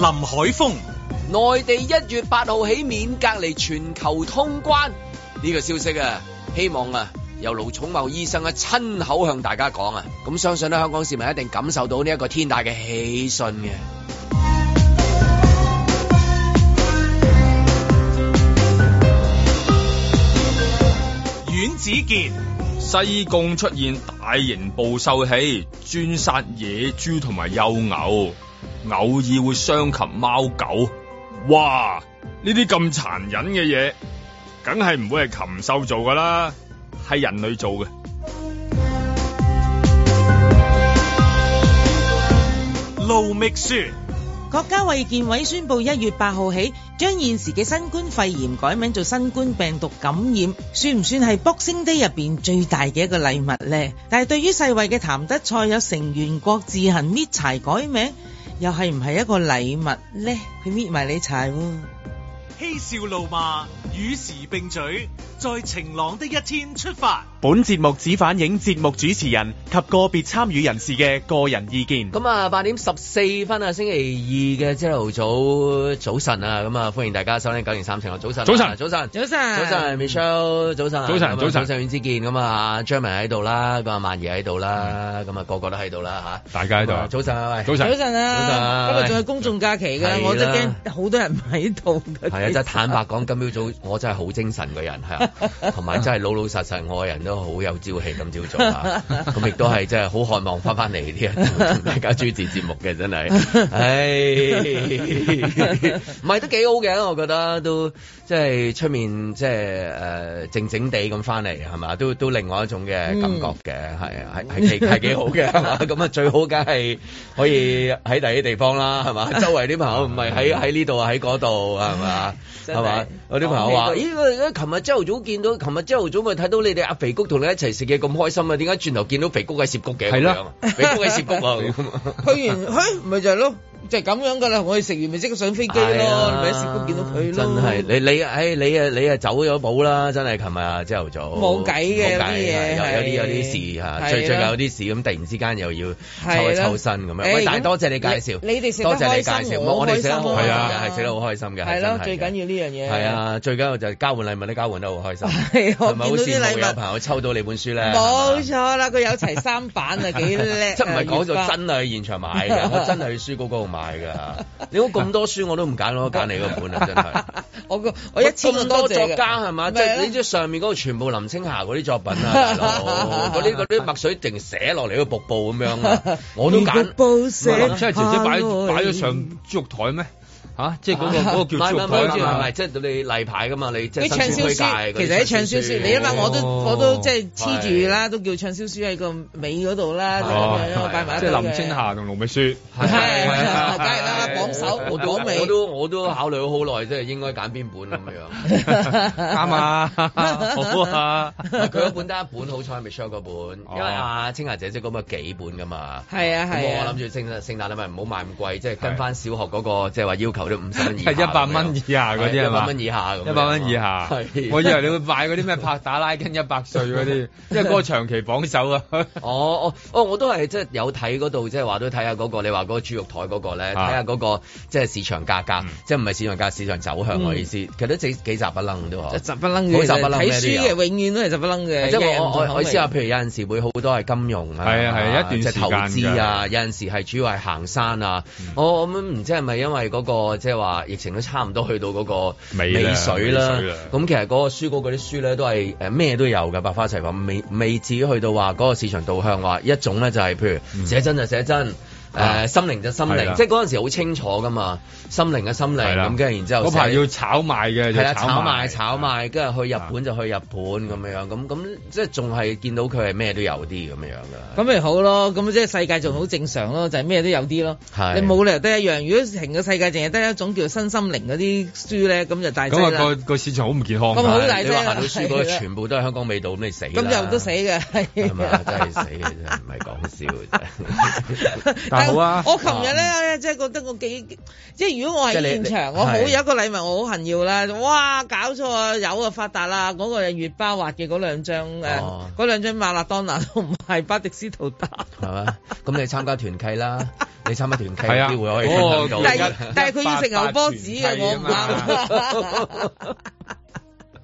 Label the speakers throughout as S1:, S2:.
S1: 海風。
S2: 內地一月八號起免隔離全球通關，呢個消息啊，希望啊由盧寵茂醫生啊親口向大家講啊，咁相信咧香港市民一定感受到呢一個天大嘅喜訊嘅。
S1: 阮子健、
S3: 西貢出現大型捕獸器，專殺野豬同埋幼牛，偶爾會傷及貓狗。哇！呢啲咁殘忍嘅嘢，梗係唔會係禽獸做噶啦，係人類做嘅。
S1: 盧覓雪、
S4: 國家衛健委宣布，一月八號起將現時嘅新冠肺炎改名做新冠病毒感染，算唔算係 Boxing Day 入邊最大嘅一個禮物呢？但係對於世衛嘅譚德塞有成員國自行搣柴改名，又係唔係一個禮物呢？佢搣埋你柴喎、
S1: 嬉笑怒罵，與時並舉，在晴朗的一天出發。
S5: 本節目只反映節目主持人及個別參與人士嘅個人意見。
S2: 咁啊，八點十四分啊，星期二嘅朝頭早早晨啊，咁啊，歡迎大家收聽九零三晴朗早晨啊，
S3: 早晨
S2: 早晨，
S4: 早晨，
S2: 早晨，Michelle，早晨啊，
S3: 早晨
S2: 咁啊
S3: 早晨
S2: 早晨，阮之健咁啊，張文喺度啦，咁啊，萬兒喺度啦，咁啊，個個都喺度啦
S3: 大家喺
S2: 吓，
S3: 度
S2: 咁啊
S3: 啊，
S2: 早晨啊，喂，
S3: 早晨
S4: 早晨啊！
S2: 早晨
S4: 不過仲係公眾假期
S2: 係啦
S4: 㗎，我真係驚好多人唔喺度㗎。
S2: 係啊，真係坦白講，今朝早我真係好精神嘅人，係啊，同埋真係老老實實，我個人都好有朝氣。今朝早啊，咁亦都係真係好渴望翻翻嚟呢一同大家主持節目嘅，真係，唉， 唔係都幾好嘅，我覺得都即係出面即係誒靜靜地咁翻嚟係嘛，都都另外一種嘅感覺嘅，係啊係係幾係幾好嘅係嘛，咁啊最好梗係可以喺第啲地方啦係嘛， 周圍啲朋友唔係喺喺呢度喺嗰度係嘛。
S4: 真
S2: 嗯
S4: 係
S2: 係嘛？有啲朋友話：
S4: 講起
S2: 咦，我琴日朝頭早見到，琴日朝頭早咪睇到你哋阿肥谷同你一齊食嘢咁開心啊！點解轉頭見到肥谷喺涉谷嘅？
S3: 係
S2: 咁
S3: 啦
S2: 樣 肥谷喺涉谷啊！咁
S4: 去完，去咪就係咯，就係咁樣㗎啦。我哋食完咪即刻上飛機咯，
S2: 係啊
S4: 咪喺市區見到佢咯。
S2: 真係你你唉你啊你啊走咗寶啦！真係琴日朝頭早
S4: 冇計嘅
S2: 冇計有有
S4: 有啲嘢
S2: 啲
S4: 係
S2: 有啲事
S4: 係
S2: 嚇，
S4: 啦
S2: 最最近有啲事咁，突然之間又要
S4: 係
S2: 抽一
S4: 啦
S2: 抽身咁樣。
S4: 誒
S2: 喂，但係
S4: 咁
S2: 多謝你介紹，
S4: 你你哋食得
S2: 多謝你
S4: 開
S2: 介
S4: 心
S2: 紹，
S4: 我
S2: 我哋食得好開
S3: 開
S2: 心
S3: 心
S2: 嘅，
S4: 啊
S2: 係食得好開心嘅，
S4: 係
S2: 真
S4: 咯，
S2: 嘅
S4: 最緊要呢樣嘢。
S2: 係，啊，最緊要就係交換禮物，你交換得好開心。
S4: 係我
S2: 係咪好
S4: 見到
S2: 羨
S4: 啲
S2: 慕
S4: 禮
S2: 有
S4: 物
S2: 朋友抽到你本書咧？
S4: 冇
S2: 係 嘛
S4: 錯啦，佢有齊三版啊，幾叻啊。
S2: 即係唔係講
S4: 粵
S2: 到
S4: 巴
S2: 真係去現場買 嘅，我真係去書局嗰度買㗎。你估咁多書我都唔揀，我揀你嗰本啊，真係。
S4: 我個 我一千個
S2: 咁多
S4: 謝
S2: 作
S4: 嘅
S2: 家係嘛？即
S4: 咪係啊
S2: 係
S4: 咯
S2: 你知上面嗰個全部林青霞嗰啲作品啊，大佬嗰啲嗰啲墨水定寫落嚟個瀑布咁樣啊，我都
S4: 連
S2: 揀
S4: 個。報
S3: 唔係
S4: 社
S3: 林青霞姐姐擺
S4: 下
S3: 擺咗
S4: 來
S3: 上豬肉台咩？嚇、即係啊嗰、個嗰個叫豬
S2: 唔
S3: 肉
S2: 係唔係唔
S3: 台
S2: 係
S3: 啊
S2: 唔
S3: 嘛
S2: 係，即係你例牌㗎嘛？你即係
S4: 佢
S2: 新
S4: 暢
S2: 書推
S4: 銷
S2: 介啊嗰啲
S4: 書其實喺暢銷書，你諗下我都
S3: 哦
S4: 我都即係黐住啦，都叫暢銷書喺個尾嗰度啦，咁樣
S2: 哦
S4: 樣擺埋一
S3: 即
S4: 堆
S3: 係
S4: 嘅
S3: 林青霞同盧美雪。
S4: 係啊梗係啦，榜首
S2: 我都
S4: 榜尾
S2: 我都我都考慮咗好耐，即係應該揀邊本咁樣。
S3: 啱啊，好啊，
S2: 佢嗰本得一本，好彩 Michelle 嗰本，因為
S3: 哦
S2: 阿青霞姐姐嗰本幾本噶嘛。
S4: 係啊
S2: 咁
S4: 係
S2: 我
S4: 啊
S2: 諗。住聖聖誕禮物唔好賣咁貴，即係跟翻小學嗰個即係話要求都五十蚊以下
S3: 係
S2: 咁樣，
S3: 一百蚊以下嗰啲係
S2: 一百
S3: 嘛？
S2: 蚊以下咁 樣，
S3: 一百蚊以下
S2: 係，
S3: 我以為你會買嗰啲咩拍打拉筋一百歲嗰啲，因為嗰個長期榜首啊。
S2: 哦哦哦，我都係即係有睇嗰度，即係話都睇下嗰個你話嗰個豬肉台嗰個咧，
S3: 啊
S2: 睇下嗰個即係市場價格
S3: 嗯，
S2: 即係唔係市場價，市場走向我意思，其實都幾幾雜不楞都
S4: 就
S2: 嗬。
S4: 十不楞
S2: 哦好
S4: 嘅，
S2: 十不楞
S4: 睇
S2: 咩都
S4: 書
S2: 有
S4: 嘅永遠都係十不楞嘅。
S2: 即係
S4: 係
S2: 我我我意思啊，譬如有陣時會好多係金融啊，
S3: 係啊係啊一段
S2: 即係投
S3: 時間
S2: 資
S3: 㗎嗯
S2: 啊，有陣時係主要係行山啊。我我咁唔知係咪因為嗰、個即係話疫情都差唔多去到嗰個
S3: 尾啦
S2: 水啦
S3: 尾水啦。
S2: 咁其實嗰個書局嗰啲書咧都係誒咩都有㗎，百花齊放，未未至於去到話嗰個市場導向話一種咧就係、譬如寫真就寫真。誒、
S3: 嗯啊
S2: 心靈就心
S3: 係
S2: 靈，
S3: 啦
S2: 即係嗰陣時好清楚㗎嘛，心靈嘅心靈，
S3: 係啦
S2: 咁跟住然之後
S3: 嗰排
S2: 寫
S3: 要炒賣嘅，就
S2: 係啦，炒賣
S3: 賣啊
S2: 炒。
S6: 啊
S2: 賣，跟住去日本就去日本咁樣，咁咁即係仲係見到佢係咩都有啲咁樣噶。
S4: 咁咪好咯，咁即係世界仲好正常咯，就係咩都有啲咯。
S2: 係
S4: 你冇理由得一樣。如果成個世界淨係得一種叫身心靈嗰啲書咧，咁就大劑
S3: 咁啊，個
S4: 啦。
S3: 個市場好唔健康。
S4: 咁好大
S2: 你
S4: 劑
S2: 話
S4: 啦
S2: 行到書嗰
S4: 係啦啊
S2: 全部都係香港味道，咁你死啦
S4: 咁就都死嘅，係
S2: 係咪啊真係死嘅真係唔係講笑嘅啫。
S4: 但但係
S6: 好啊
S4: 我琴日咧，即係覺得我幾，即係如果我
S2: 即係
S4: 喺
S2: 你
S4: 現場，
S2: 你
S4: 我好
S2: 係
S4: 有一個禮物我好恨要啦。哇，搞錯啊，有啊發達啦，嗰個係月巴畫嘅嗰兩張誒，
S2: 哦
S4: 嗰兩張馬拉當拿同埋巴迪斯圖達。
S2: 係嘛？咁你參加團契啦，你參加團契
S6: 係
S2: 有
S6: 啊
S2: 機會可以分享
S6: 哦
S2: 到。
S4: 但
S6: 一
S4: 係但係佢要食牛波子嘅，
S3: 啊
S4: 我唔 啱。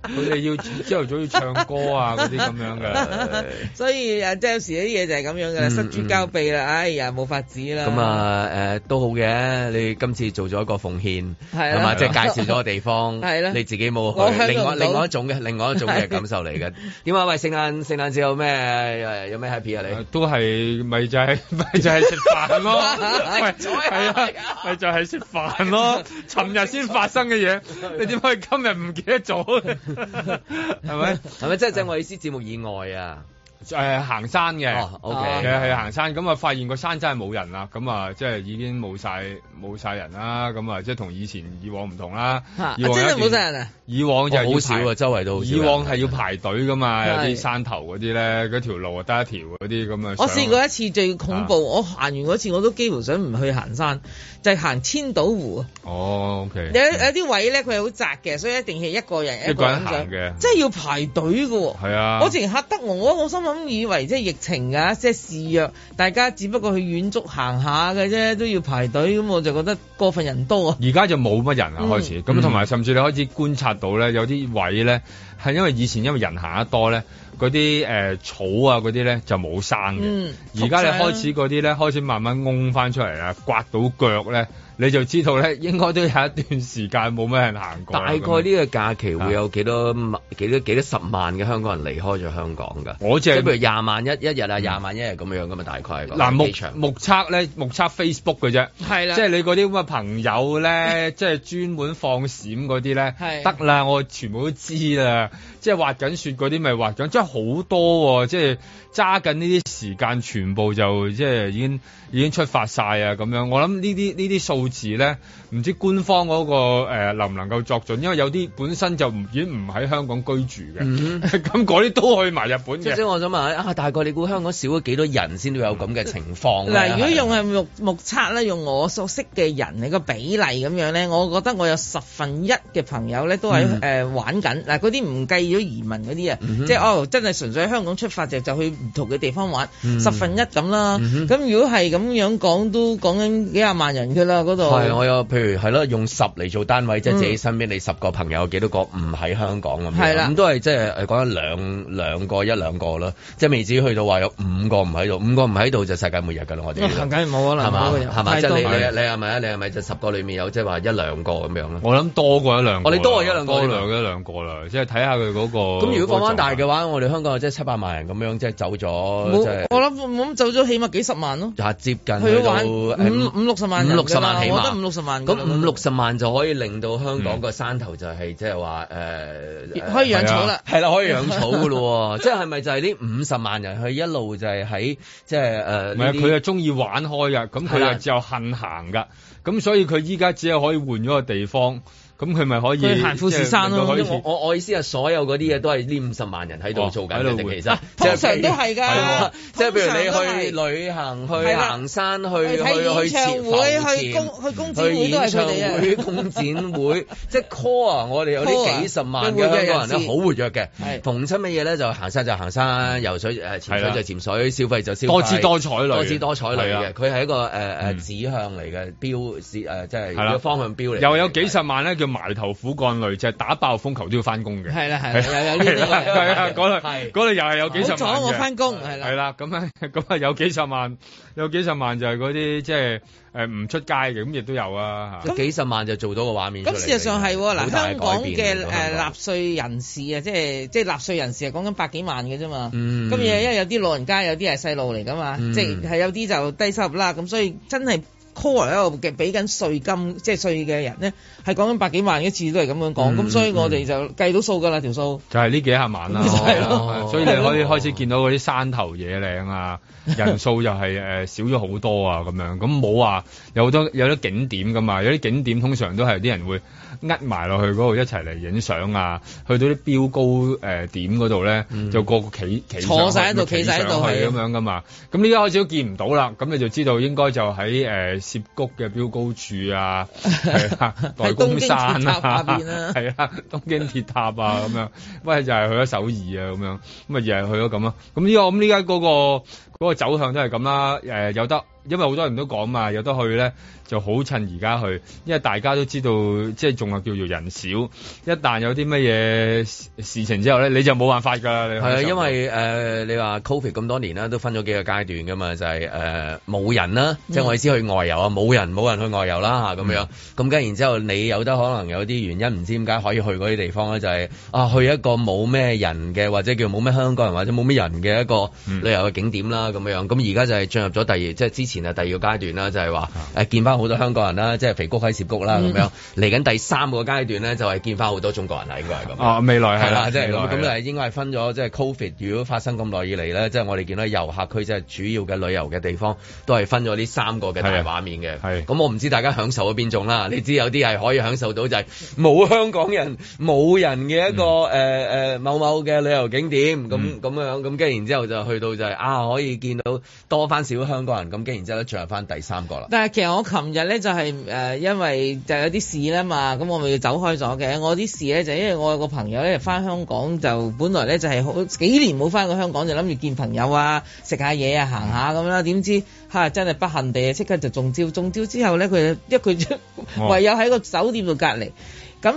S6: 佢哋要朝頭早要唱歌啊嗰啲咁樣嘅。
S4: 所以誒，即係有時啲嘢就係咁樣噶啦，
S2: 嗯
S4: 失之交臂啦，哎呀，冇法子啦。
S2: 咁，啊，誒、都好嘅。你今次做咗一個奉獻，
S4: 係啦
S2: 嘛？即係介紹咗個地方，
S4: 係啦
S2: 你自己冇
S4: 我
S2: 去，
S4: 享
S2: 另
S4: 用
S2: 外
S4: 唔到
S2: 另外一種嘅，另外一種嘅 感受嚟嘅。點啊？喂，聖誕聖誕節有咩誒有咩 happy 啊？你
S6: 呃都係咪就係 咪就係食飯咯？喂係啊，咪就係食飯咯。尋日先發生嘅嘢，你點可以今日唔記得咗咧？係咪？
S2: 係咪即係即係我意思節目以外啊？
S6: 誒行山嘅
S2: 哦，OK
S6: 係係行山，咁啊發現個山真係冇人啦，咁啊即係已經冇晒冇晒人啦，咁啊即係同以前以往唔同啦
S4: 啊。
S6: 以往
S4: 真係
S6: 一段
S4: 冇晒人啊！
S6: 以往就係
S2: 哦
S6: 要
S2: 好少
S6: 排
S2: 啊周圍都好少
S6: 以往
S2: 人
S6: 係要排隊噶嘛，有
S4: 係
S6: 啲山頭嗰啲咧，嗰條路啊得一條嗰啲咁啊。
S4: 我
S6: 上
S4: 試過一次最恐怖，我行完嗰次我都幾乎想唔去行山，就係行千島湖。啊
S6: 哦，OK，
S4: 有有啲位咧，佢係好窄嘅，所以一定係一個人
S6: 一個人
S4: 上
S6: 行嘅
S4: 真係要排隊嘅喎。
S6: 係啊
S4: 我之前嚇得我，我心諗以為即係疫情㗎，即係示弱，大家只不過去遠足行下嘅啫，都要排隊，咁我就覺得過分人多啊。
S6: 而家就冇乜人啦，
S4: 嗯
S6: 開始咁同埋甚至你開始觀察到咧，有啲位咧係因為以前因為人行得多咧，嗰啲誒草啊嗰啲咧就冇生嘅
S4: 嗯。
S6: 而家
S4: 熟晒
S6: 你
S4: 啦
S6: 開始嗰啲咧開始慢慢嗡翻出嚟啦，刮到腳咧，你就知道 咧應該都有一段時間冇乜人行過
S2: 大
S6: 啦。
S2: 概
S6: 咁樣
S2: 呢個假期會有幾多萬幾多幾多十萬嘅香港人離開咗香港㗎？
S6: 我
S2: 即
S6: 淨
S2: 係
S6: 係
S2: 譬如廿萬一一日啊，廿萬一日咁樣㗎嘛，大概係講
S6: 嗱
S2: 機場
S6: 目目測咧，目測 Facebook 嘅啫，
S4: 係啦
S6: 即係你嗰啲咁嘅朋 友咧，即係專門放閃嗰啲咧，
S4: 係
S6: 得啦，我全部都知啦，即係滑緊雪嗰啲咪滑緊，即係好多喎、即係揸緊呢啲時間，全部就即係已經已經出發晒啊咁樣。我諗呢啲呢啲數字咧，唔知官方嗰、個、呃、能唔能夠作準，因為有啲本身就唔已經唔喺香港居住
S4: 嗯
S6: 嘅， 咁嗰啲都去埋日本
S2: 即
S6: 嘅
S2: 係。我想問下啊，大概你估香港少咗幾多人先會有咁嘅情況呢
S4: 嗱，如果用係目目測咧，用我所識嘅人你個比例咁樣咧，我覺得我有十分一嘅朋友咧都係誒、呃
S2: 嗯
S4: 玩緊嗱，嗰啲唔計咗移民嗰啲啊，即係哦真係純粹喺香港出發就就去唔同嘅地方玩，
S2: 嗯
S4: 十分一咁啦。咁、如果係咁樣講，都講緊幾廿萬人㗎啦嗰度。
S2: 係，我有譬如係咯，用十嚟做單位，即係
S4: 嗯
S2: 自己身邊你十個朋友有幾多個唔喺香港咁樣，
S4: 係啦
S2: 咁都係即係誒講緊兩兩個一兩個啦，即係未至於去到話有五個唔喺度，五個唔喺度就世界末日㗎啦，我哋
S4: 行緊冇可能
S2: 係嘛
S4: 嗰個人
S2: 係嘛，
S4: 嗯太
S2: 即係
S4: 多
S2: 你
S4: 啦
S2: 你你係咪啊？你係咪就十個裡面有即係話一兩個咁樣咧？
S6: 我諗多過一兩個
S2: 我
S6: 啦，
S2: 哋哦多過一兩個啊
S6: 多兩一兩個啦，即係睇下佢嗰個。
S2: 咁如果放翻大嘅
S6: 話，
S2: 話，我哋香港有即係七百萬人咁樣，即係走咗，
S4: 冇
S2: 即係
S4: 我諗我諗走咗起碼幾十萬咯。
S2: 啊接近
S4: 去
S2: 去
S4: 咗
S2: 到
S4: 玩
S2: 誒
S4: 五五六十萬
S2: 五
S4: 人
S2: 六十
S4: 㗎啦
S2: 萬起碼，
S4: 我覺得五六十萬㗎啦
S2: 咁五六十萬就可以令到香港個山頭就係即係話誒，
S4: 嗯可以養草
S6: 係
S4: 啦
S6: 啊。
S2: 係啦，可以養草噶咯喎，即係係咪就係呢五十萬人佢一路就係喺即係誒
S6: 唔係
S2: 呢
S6: 啊佢
S2: 啲
S6: 係中意玩開㗎，
S2: 係
S6: 咁佢
S2: 啦
S6: 又只有恨行㗎，咁所以佢依家只係可以換咗個地方，咁佢咪可以
S4: 佢行富士山咯
S6: 即係令到
S2: 我
S6: 佢
S2: 我我意思係所有嗰啲嘢都係呢五十萬人喺度做緊
S6: 哦喺
S2: 嘅，
S6: 度
S2: 定
S6: 會
S2: 其實即係
S4: 通常都係㗎
S2: 譬如係喎即係
S4: 通常
S2: 譬
S4: 都係
S2: 如你去旅行、去
S4: 係啦
S2: 行山、去
S4: 去睇
S2: 去去
S4: 演唱
S2: 潛
S4: 會、
S2: 浮
S4: 去
S2: 潛
S4: 公去公展
S2: 去
S4: 會都
S2: 演
S4: 係佢啊
S2: 唱
S4: 哋啊。
S2: 會、公展會，即係 call 啊！我哋有啲幾十萬嘅
S4: call 啊
S2: 香港人咧，
S4: 活躍人士
S2: 好活躍嘅
S4: 係。
S2: 逢親乜嘢咧，就行山就行山，游水誒潛
S6: 係啦
S2: 水就潛水，消費就消費，
S6: 多姿多彩類嘅
S2: 多姿多彩類
S6: 係
S2: 嘅。
S6: 啊
S2: 佢係一個誒誒
S6: 嗯
S2: 指向嚟嘅標示誒，即係
S6: 係啦
S2: 一個方向標嚟嘅。
S6: 又有幾十萬咧叫埋頭苦幹類，就係打爆風球都要翻工嘅。
S4: 係啦係啦，有有呢
S2: 係
S4: 啲嘅
S2: 啦
S6: 係啊，嗰類
S2: 係
S6: 嗰類又係有幾十萬
S4: 好阻
S6: 嘅
S4: 我返工係啦
S6: 係啦，咁啊 咁啊有幾十萬，有幾十萬就係嗰啲即係誒唔出街嘅，咁亦都有啊。
S2: 即係幾十萬就做到個畫面出嚟
S4: 咁
S2: 嘅。
S4: 事實上係喎，
S2: 好
S4: 嗱
S2: 大改
S4: 香港嘅
S2: 變嚟
S4: 誒
S2: 到香港
S4: 納税人士啊，即係即係納税人士係講緊百幾萬嘅啫嘛。
S2: 嗯
S4: 咁嘢因為有啲老人家，有啲係細路嚟噶嘛，
S2: 嗯
S4: 即係有啲就低收入啦，咁所以真係。 core 喺度嘅俾緊税金，即係税嘅人咧，係講緊百幾萬一次都係咁樣講，咁、
S2: 嗯
S4: 所以我哋就計到數㗎啦條數。
S6: 就係呢幾廿萬啦，
S4: 就 係
S2: 咯
S6: 所以你可以開始見到嗰啲山頭野嶺啊，人數又係誒少咗好多啊咁樣，咁冇話有好多有啲景點噶嘛，有啲景點通常都係啲人會呃埋落去嗰度一齊嚟影相啊，去到啲標高誒、呃、點嗰度咧，
S2: 嗯
S6: 就個個企企上
S4: 坐晒喺度
S6: 去
S4: 企晒喺度
S6: 上去
S4: 係啊
S6: 咁樣噶嘛，咁呢家開始都見唔到啦，咁你就知道應該就喺誒涉谷嘅標高處啊，係啦，代
S4: 喺
S6: 公
S4: 東京鐵
S6: 山
S4: 塔下
S6: 啊
S4: 邊啊。
S6: 係啦，東京鐵塔啊咁樣，喂就係去咗首爾啊咁樣，咁咪又係去咗咁咯。咁呢個咁呢家嗰個嗰、個走向都係咁啦。誒、有得，因為好多人都講嘛，有得去咧就好趁而家去，因為大家都知道即係仲係叫做人少，一旦有啲乜嘢事事情之後咧，你就冇辦法㗎啦。你
S2: 係啊，因為誒、呃你話 Covid 咁多年啦，都分咗幾個階段噶嘛，就係誒冇人啦，
S6: 嗯
S2: 即係我意思去外遊啊，冇人冇人去外遊啦嚇咁樣，咁跟然之後你有得可能有啲原因唔知點解可以去嗰啲地方咧，就係、啊去一個冇咩人嘅或者叫冇咩香港人或者冇咩人嘅一個
S6: 嗯
S2: 旅遊嘅景點啦咁樣，咁而家就係進入咗第二即係之前係啊第二個階段啦，就係話啊誒見翻好多香港人啦，即係肥谷喺涉谷啦咁
S6: 嗯
S2: 樣，嚟緊第三個階段咧就係見翻好多中國人啦，應該係咁樣。
S6: 啊未來係
S2: 係
S6: 啦，
S2: 啦，即係咁咁
S6: 未來
S2: 誒，應該係分咗即係 Covid。如果發生咁耐以嚟咧，即係我哋見到遊客區即係主要嘅旅遊嘅地方，都係分咗呢三個嘅大
S6: 係啊
S2: 畫面嘅。
S6: 係
S2: 咁，我唔知大家享受咗邊種 啦。你知有啲係可以享受到就係冇香港人、冇人嘅一個誒誒某某嘅旅遊景點咁
S6: 嗯
S2: 咁樣咁，跟住然之後就去到就係啊，可以見到多翻少香港人咁，跟住然之後咧進入翻第三個啦。
S4: 但係其實我琴日咧就係、呃因為就有啲事啦嘛，咁我咪要走開咗嘅。我啲事咧就因為我有個朋友咧翻香港，就本來咧就係好幾年冇翻過香港，就諗住見朋友啊、食下嘢啊、行下咁啦。點知嚇、真係不幸地即刻就中招，中招之後咧佢就一佢就
S6: 哦
S4: 唯有喺個酒店度隔離。咁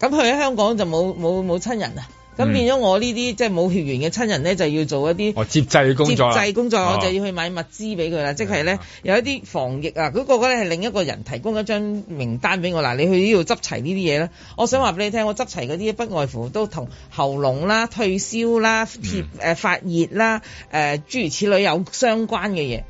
S4: 咁佢喺香港就冇冇冇親人啊，咁變咗我呢啲即係冇血緣嘅親人咧就要做一啲。
S6: 我哦接濟工作啦，
S4: 接濟工作，我就
S6: 哦
S4: 要去買物資俾佢啦。即係
S6: 嗯
S4: 咧有一啲防疫啊，嗰個個咧係另一個人提供一張名單俾我嗱，你去呢度執齊呢啲嘢啦。我想話俾你聽，我執齊嗰啲不外乎都同喉嚨啦、退燒啦、
S6: 嗯
S4: 貼誒發熱啦、誒、呃諸如此類有相關嘅嘢。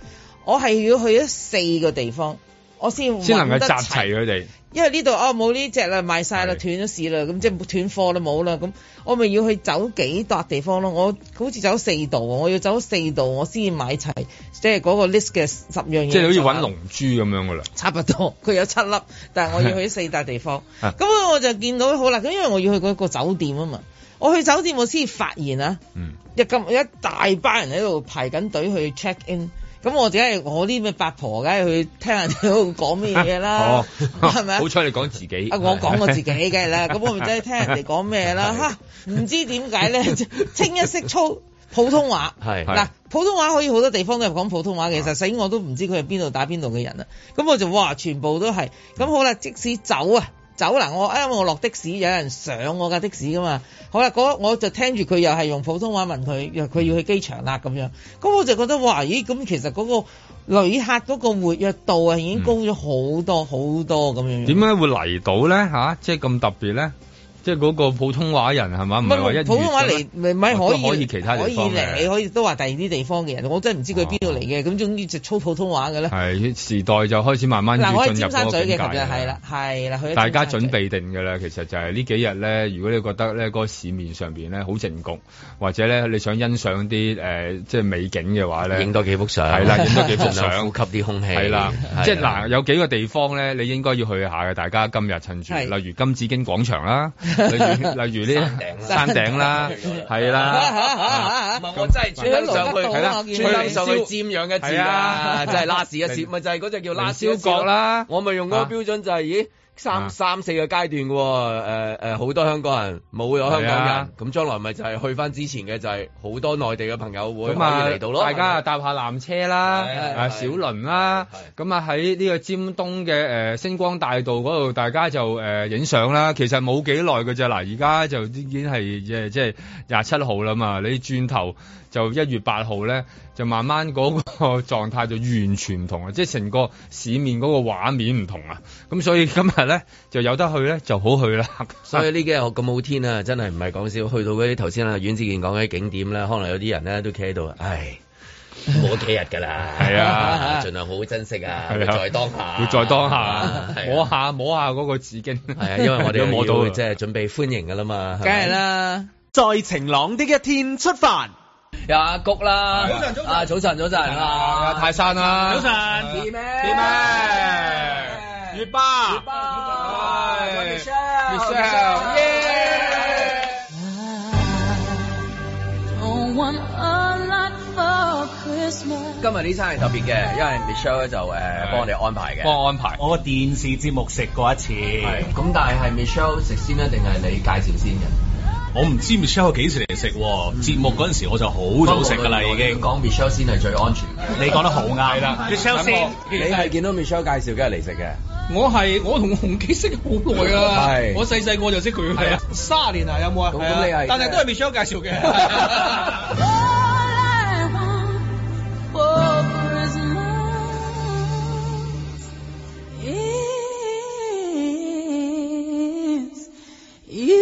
S4: 我係要去咗四個地方，我先
S6: 先能
S4: 揾
S6: 夠
S4: 得
S6: 集齊佢哋。
S4: 因為呢度哦冇呢只啦，賣晒啦，
S6: 係
S4: 斷咗市啦，咁即係斷貨啦，冇啦，咁我咪要去走幾笪地方咯。我好似走四度，我要走四度，我先買齊，即係嗰個 list 嘅十樣嘢。
S6: 即係好似揾龍珠咁樣噶啦，
S4: 差不多，佢有七粒，但係我要去四笪地方。
S6: 啊
S4: 咁我就見到好啦，咁因為我要去嗰個酒店啊嘛，我去酒店我先發現啊。
S6: 嗯，
S4: 一咁一大班人喺度排緊隊去 check in。咁我梗係我啲咩八婆，梗係去聽人哋喺度講咩嘢啦
S6: 哦，，
S4: 係咪啊
S6: 好彩你講自己，
S4: 啊，我講我自己嘅係 啦，咁我咪真係聽人哋講咩啦嚇，唔知點解咧， 清一色粗普通話。
S2: 係
S4: 嗱，普通話可以好多地方都係講普通話，其實使我都唔知佢係邊度打邊度嘅人啊。咁我就哇，全部都係。咁好啦，即使走啊，走嗱，我因為我落的士，有人上我架的士噶嘛。好啦，嗰我就聽住佢又係用普通話問佢，佢要去機場啦咁樣。咁我就覺得哇，咦，咁其實嗰個旅客嗰個活躍度啊，已經高咗好多好多咁樣。
S6: 點解會嚟到咧吓、即係咁特別咧？即係嗰個普通話人係嘛？唔
S4: 唔
S6: 係話一
S4: 係普通話
S6: 月
S4: 嚟，咪咪
S6: 哦
S4: 可
S6: 都
S4: 以
S6: 可以其他
S4: 可
S6: 地
S4: 以
S6: 方
S4: 嚟，可以都話第二啲地方嘅人，我真係唔知佢邊度嚟嘅。咁終於就粗普通話嘅啦。
S6: 係時代就開始慢慢
S4: 嗱，
S6: 要
S4: 我
S6: 進
S4: 係
S6: 入
S4: 尖
S6: 嗰
S4: 沙
S6: 個
S4: 咀
S6: 境界
S4: 嘅，琴日係啦，，係啦，去咗
S6: 大家
S4: 尖沙咀
S6: 準備定㗎啦。其實就係呢幾日咧，如果你覺得咧嗰、個市面上邊咧好靜局，或者咧你想欣賞啲誒、呃即係美景嘅話咧，
S2: 影多幾幅相，
S6: 係啦影多幾幅相
S2: 盡量呼吸啲空氣，
S6: 係啦，即係
S2: 係啊
S6: 嗱，有幾個地方咧，你應該要去下嘅。大家今日趁住，
S4: 係
S6: 例如金紫荊廣場啦，例如例如呢
S2: 山
S6: 山頂啦，係啦，
S2: 唔係，我真係專登上去，
S4: 係啦
S2: 專登上去瞻仰一次
S6: 係
S2: 啦，
S6: 啊
S2: 真係拉屎一次，咪就係嗰只叫拉屎一
S6: 燒
S2: 次
S6: 角
S2: 咯。
S6: 啦，
S2: 我咪用嗰個標準就係，咦，三
S6: 啊
S2: 三四個階段嘅喎，誒誒，好多香港人冇咗香
S6: 係
S2: 港人
S6: 啊，
S2: 咁將來咪就係去翻之前嘅，就係好多內地嘅朋友會可以
S6: 咁啊
S2: 嚟到咯，
S6: 大家啊搭下纜車啦，
S2: 係係
S6: 啊
S2: 係
S6: 小輪啦，咁啊喺呢個尖東嘅誒星光大道嗰度，大家就誒影相啦。其實冇幾耐嘅啫，嗱而家就已經係即係即係廿七號啦嘛，你轉頭就一月八號咧，就慢慢嗰個狀態就完全唔同啊，即係成個市面嗰個畫面唔同啊。咁所以今日咧就有得去咧就好去啦。
S2: 所以 呢幾日咁好天啊，真係唔係講笑，去到嗰啲頭先啊阮志健講嗰啲景點咧，可能有啲人咧都企喺度，唉。冇幾日㗎啦，
S3: 係 啊
S2: 盡量好好珍惜啊，
S3: 係
S2: 活
S3: 啊
S2: 在當下，
S3: 要再當
S2: 啊
S3: 下
S2: 係啊
S3: 摸下摸下嗰個紙巾，
S2: 係啊，因為我 哋
S3: 如果摸到
S2: 要即係準備歡迎㗎啦嘛，係
S4: 梗
S2: 咪
S4: 係啦，
S5: 在晴朗的一天出發。
S2: 有阿谷啦，
S3: 早晨早晨
S2: 啊早晨早晨
S3: 啊
S2: 啊，
S3: 泰山啦，
S1: 早晨
S2: 甜咩？
S3: 點咩？月巴，
S2: 拜
S3: Michelle，耶！
S7: Don't want a lot for Christmas.
S2: 今日呢餐係特別嘅，因為 Michelle 咧就誒幫我哋安排嘅。
S3: 幫我安排。
S1: 我電視節目食過一次，
S2: 係咁，但係係 Michelle 食先啊咧，定係你介紹先嘅？
S1: 我唔知 Michelle 幾時嚟食喎，節目嗰陣時我就好早食㗎啦已經。
S2: 講 Michelle 先係最安全嘅。
S1: 你講得好啱，係啦，Michelle 先，
S2: 你係見到 Michelle 介紹，梗係嚟食嘅。
S8: 我係我同洪基識好耐㗎啦
S2: 係，
S8: 我細細個就識佢係啊，卅年啊有冇啊？
S2: 咁
S8: 係啊
S2: 咁你係
S8: 但係都係 Michelle 介紹嘅。
S7: All I want for Christmas is you.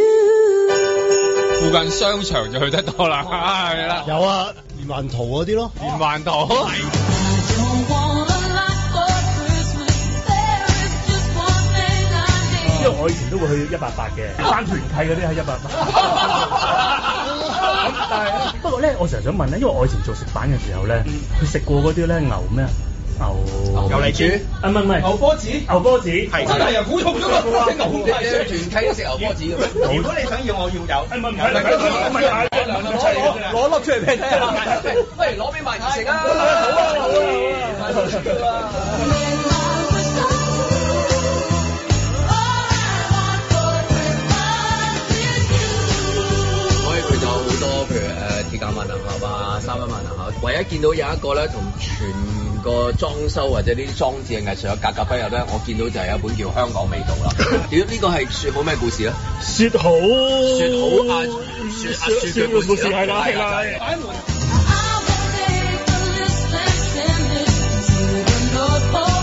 S3: 附近商場就去得多啦，係啦，
S9: 有啊，連環圖嗰啲咯。
S3: 連環道。
S7: I don't want a lot for Christmas. There is just one thing I need.
S9: 因為我以前都會去一八八嘅，單團契嗰啲係一八八。咁但係不過咧，我成日想問咧，因為我以前做食板嘅時候咧，佢食過嗰啲咧牛咩啊？嗯牛
S2: 牛
S9: 脷
S2: 豬
S9: 啊，唔係唔係
S8: 牛波子
S9: 牛波子係
S8: 真係又估中咗啦，
S2: 你
S8: 牛波
S2: 你團
S8: 子。
S2: 契都食牛波子 嘅咩？
S9: 如果你想要，我要有。唔係唔係唔係，
S2: 攞攞粒出嚟俾你睇下，喂，攞俾萬兒食啊！好啊好啊好啊！萬兒食㗎啦
S7: All
S2: 所以佢就有好多，譬如誒鐵甲萬能俠啊、三蚊萬能俠，唯一見到有一個咧，同全個裝修或者呢啲裝置嘅藝術有格格不入咧，我見到就係有一本叫《香港味道》 啦。屌，呢個係説好咩故事咧？
S9: 説好，
S2: 説好啊，説啊説
S9: 説
S2: 嘅
S9: 好
S2: 故
S9: 故
S2: 事
S9: 事
S2: 啦
S9: 係啦係
S2: 係啦
S9: 啦
S2: 係。啦
S7: I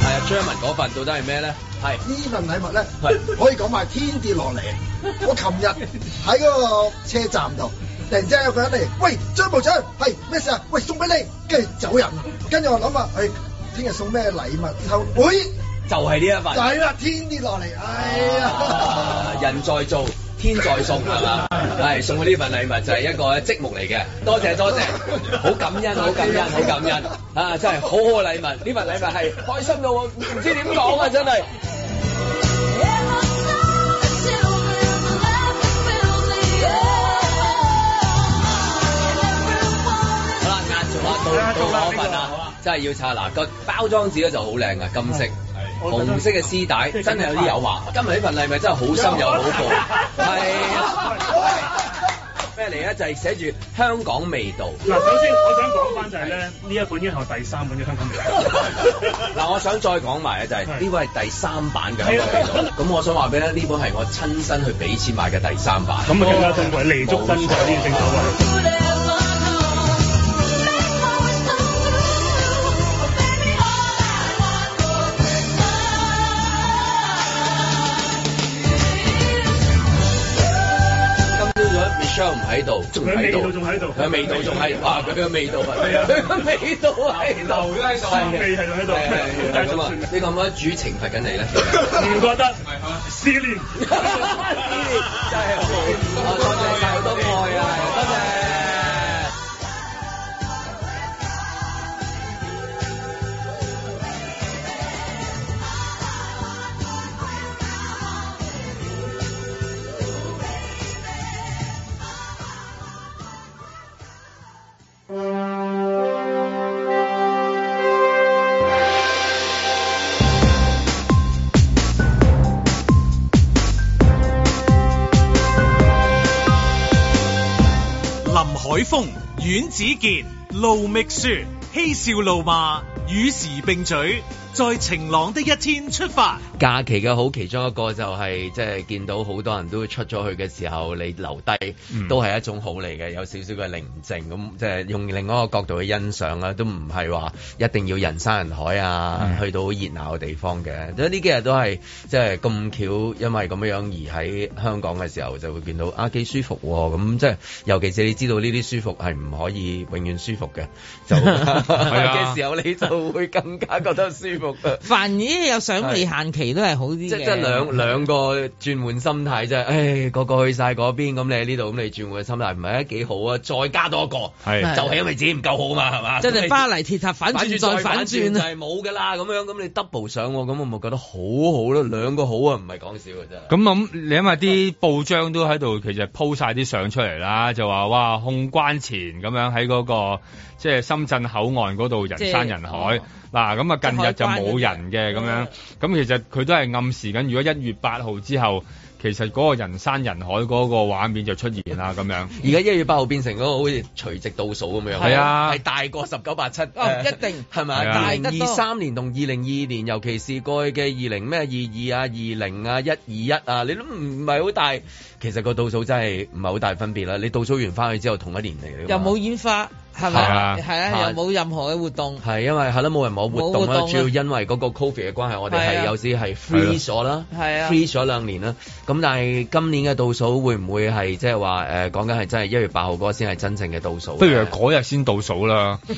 S2: 係啊，張文嗰份到底係咩咧？係
S10: 呢份禮物咧
S2: 係，
S10: 可以講埋天跌落嚟。 我琴日喺嗰個車站度，突然之間有個人嚟，喂張部長，係咩事啊？喂送俾你，跟住走人。跟住我諗啊，誒聽日送咩禮物？後會
S2: 就係呢一份。
S10: 就係啦，天跌落嚟，哎
S2: 啊
S10: 呀！
S2: 人在做，天在送係嘛？係送佢呢份禮物就係一個積木嚟嘅，多謝多謝，好感恩好感恩好感恩啊！真係好好嘅禮物，呢份禮物係開心到我唔知點講啊！真係好啦，啊
S7: want
S2: 壓軸啦，到到我份啦，真係要拆嗱個包裝紙咧就好靚啊，金色。紅色嘅絲帶真係有啲誘惑，今日呢份禮物真係好心有好報，係啊，咩嚟咧？就係寫住香港味道。
S9: 嗱，首先我想講翻就係咧，呢一本已經係我第三本嘅香港味道。
S2: 嗱，我想再講埋啊咧，就係呢本係第三版嘅香港味道。咁我想話俾你聽，呢本係我親身去俾錢買嘅第三版。
S9: 咁啊更加珍貴，彌足珍貴呢個正所謂。
S2: 今朝早 Michelle 唔喺度，仲喺度，
S9: 佢味道仲喺度
S2: 佢味道仲喺度，啊！佢嘅味道啊，佢嘅味道喺度，啊
S3: 留咗喺度
S9: 味係仲喺度
S2: 係係係咁啊！你覺唔覺得主懲罰緊你 咧？
S9: 唔覺得思念。
S2: 真係好，我啊多謝晒好多愛啊！多謝。
S1: 林海峰、阮子健、盧覓雪，嬉笑怒罵，與時並舉，在晴朗的一天出發。
S2: 假期嘅好，其中一個就係即係見到好多人都出咗去嘅時候，你留低都係一種好嚟嘅，有少少嘅寧靜咁，即係用另外一個角度去欣賞啊啦，都唔係話一定要人山人海啊，去到好熱鬧嘅地方嘅。即係呢幾日都係即係咁巧，因為咁樣而喺香港嘅時候就會見到啊幾舒服喎，咁即係尤其是你知道呢啲舒服係唔可以永遠舒服嘅，就
S6: 啊
S2: 嘅時候你就會更加覺得舒服啊嘅。
S4: 凡咦有賞味限期都係好啲
S2: 即
S4: 嘅。
S2: 即兩兩個轉換心態啫，唉，個個去晒嗰邊，咁你喺呢度，咁你轉換心態唔係啊幾好啊，再加多一個，
S6: 係
S2: 就係因為自己唔夠好啊嘛，係嘛？
S4: 真係巴黎鐵塔反
S2: 反
S4: 轉
S2: 轉
S4: 再
S2: 再
S4: 反
S2: 反轉
S4: 轉
S2: 就
S4: 啊！
S2: 係冇㗎啦，咁樣咁你 double 上喎，咁我咪覺得好好咯，兩個好啊，唔係講笑嘅真係。
S6: 咁咁，你諗下啲報章都喺度，其實鋪晒啲相出嚟啦，就話哇控關前咁樣喺嗰、個即係深圳口岸嗰度人山人
S4: 即
S6: 海
S4: 係哦
S6: 嗱，咁啊近日就冇人嘅
S4: 即係海關
S6: 咁
S4: 嗰
S6: 樣，咁其實佢都係暗示緊，如果一月八號之後，其實嗰個人山人海嗰個畫面就出現啦咁 樣。
S2: 而家一月八號變成嗰個好似除夕倒數咁樣，
S6: 係啊
S2: 係大過十九八七，
S4: 哦一定
S2: 係咪
S6: 係
S2: 啊？
S6: 啊
S2: 二
S4: 大得
S2: 零
S4: 多
S2: 二三年同二零二二年，尤其是過去嘅二零咩二二啊、二零啊、一二一啊，你都唔係好大，其實個倒數真係唔係好大分別啦。你倒數完翻去之後，同一年嚟㗎嘛
S4: 又冇演化，係咪？
S6: 係啊
S4: 係啊，
S2: 係
S4: 又冇任何嘅活動。
S2: 係因為係啦，冇人冇活動
S4: 冇活
S2: 啦
S4: 動啊，
S2: 主要因為嗰個 Covid 嘅關係，我哋
S4: 係啊
S2: 係有時係 free 咗啦
S4: 係啊
S2: ，free 咗兩年啦。咁但係今年嘅倒數會唔會係即係呃話誒講緊係真係一月八號嗰個先係真正嘅倒數？
S6: 不如係嗰日先倒數 啦，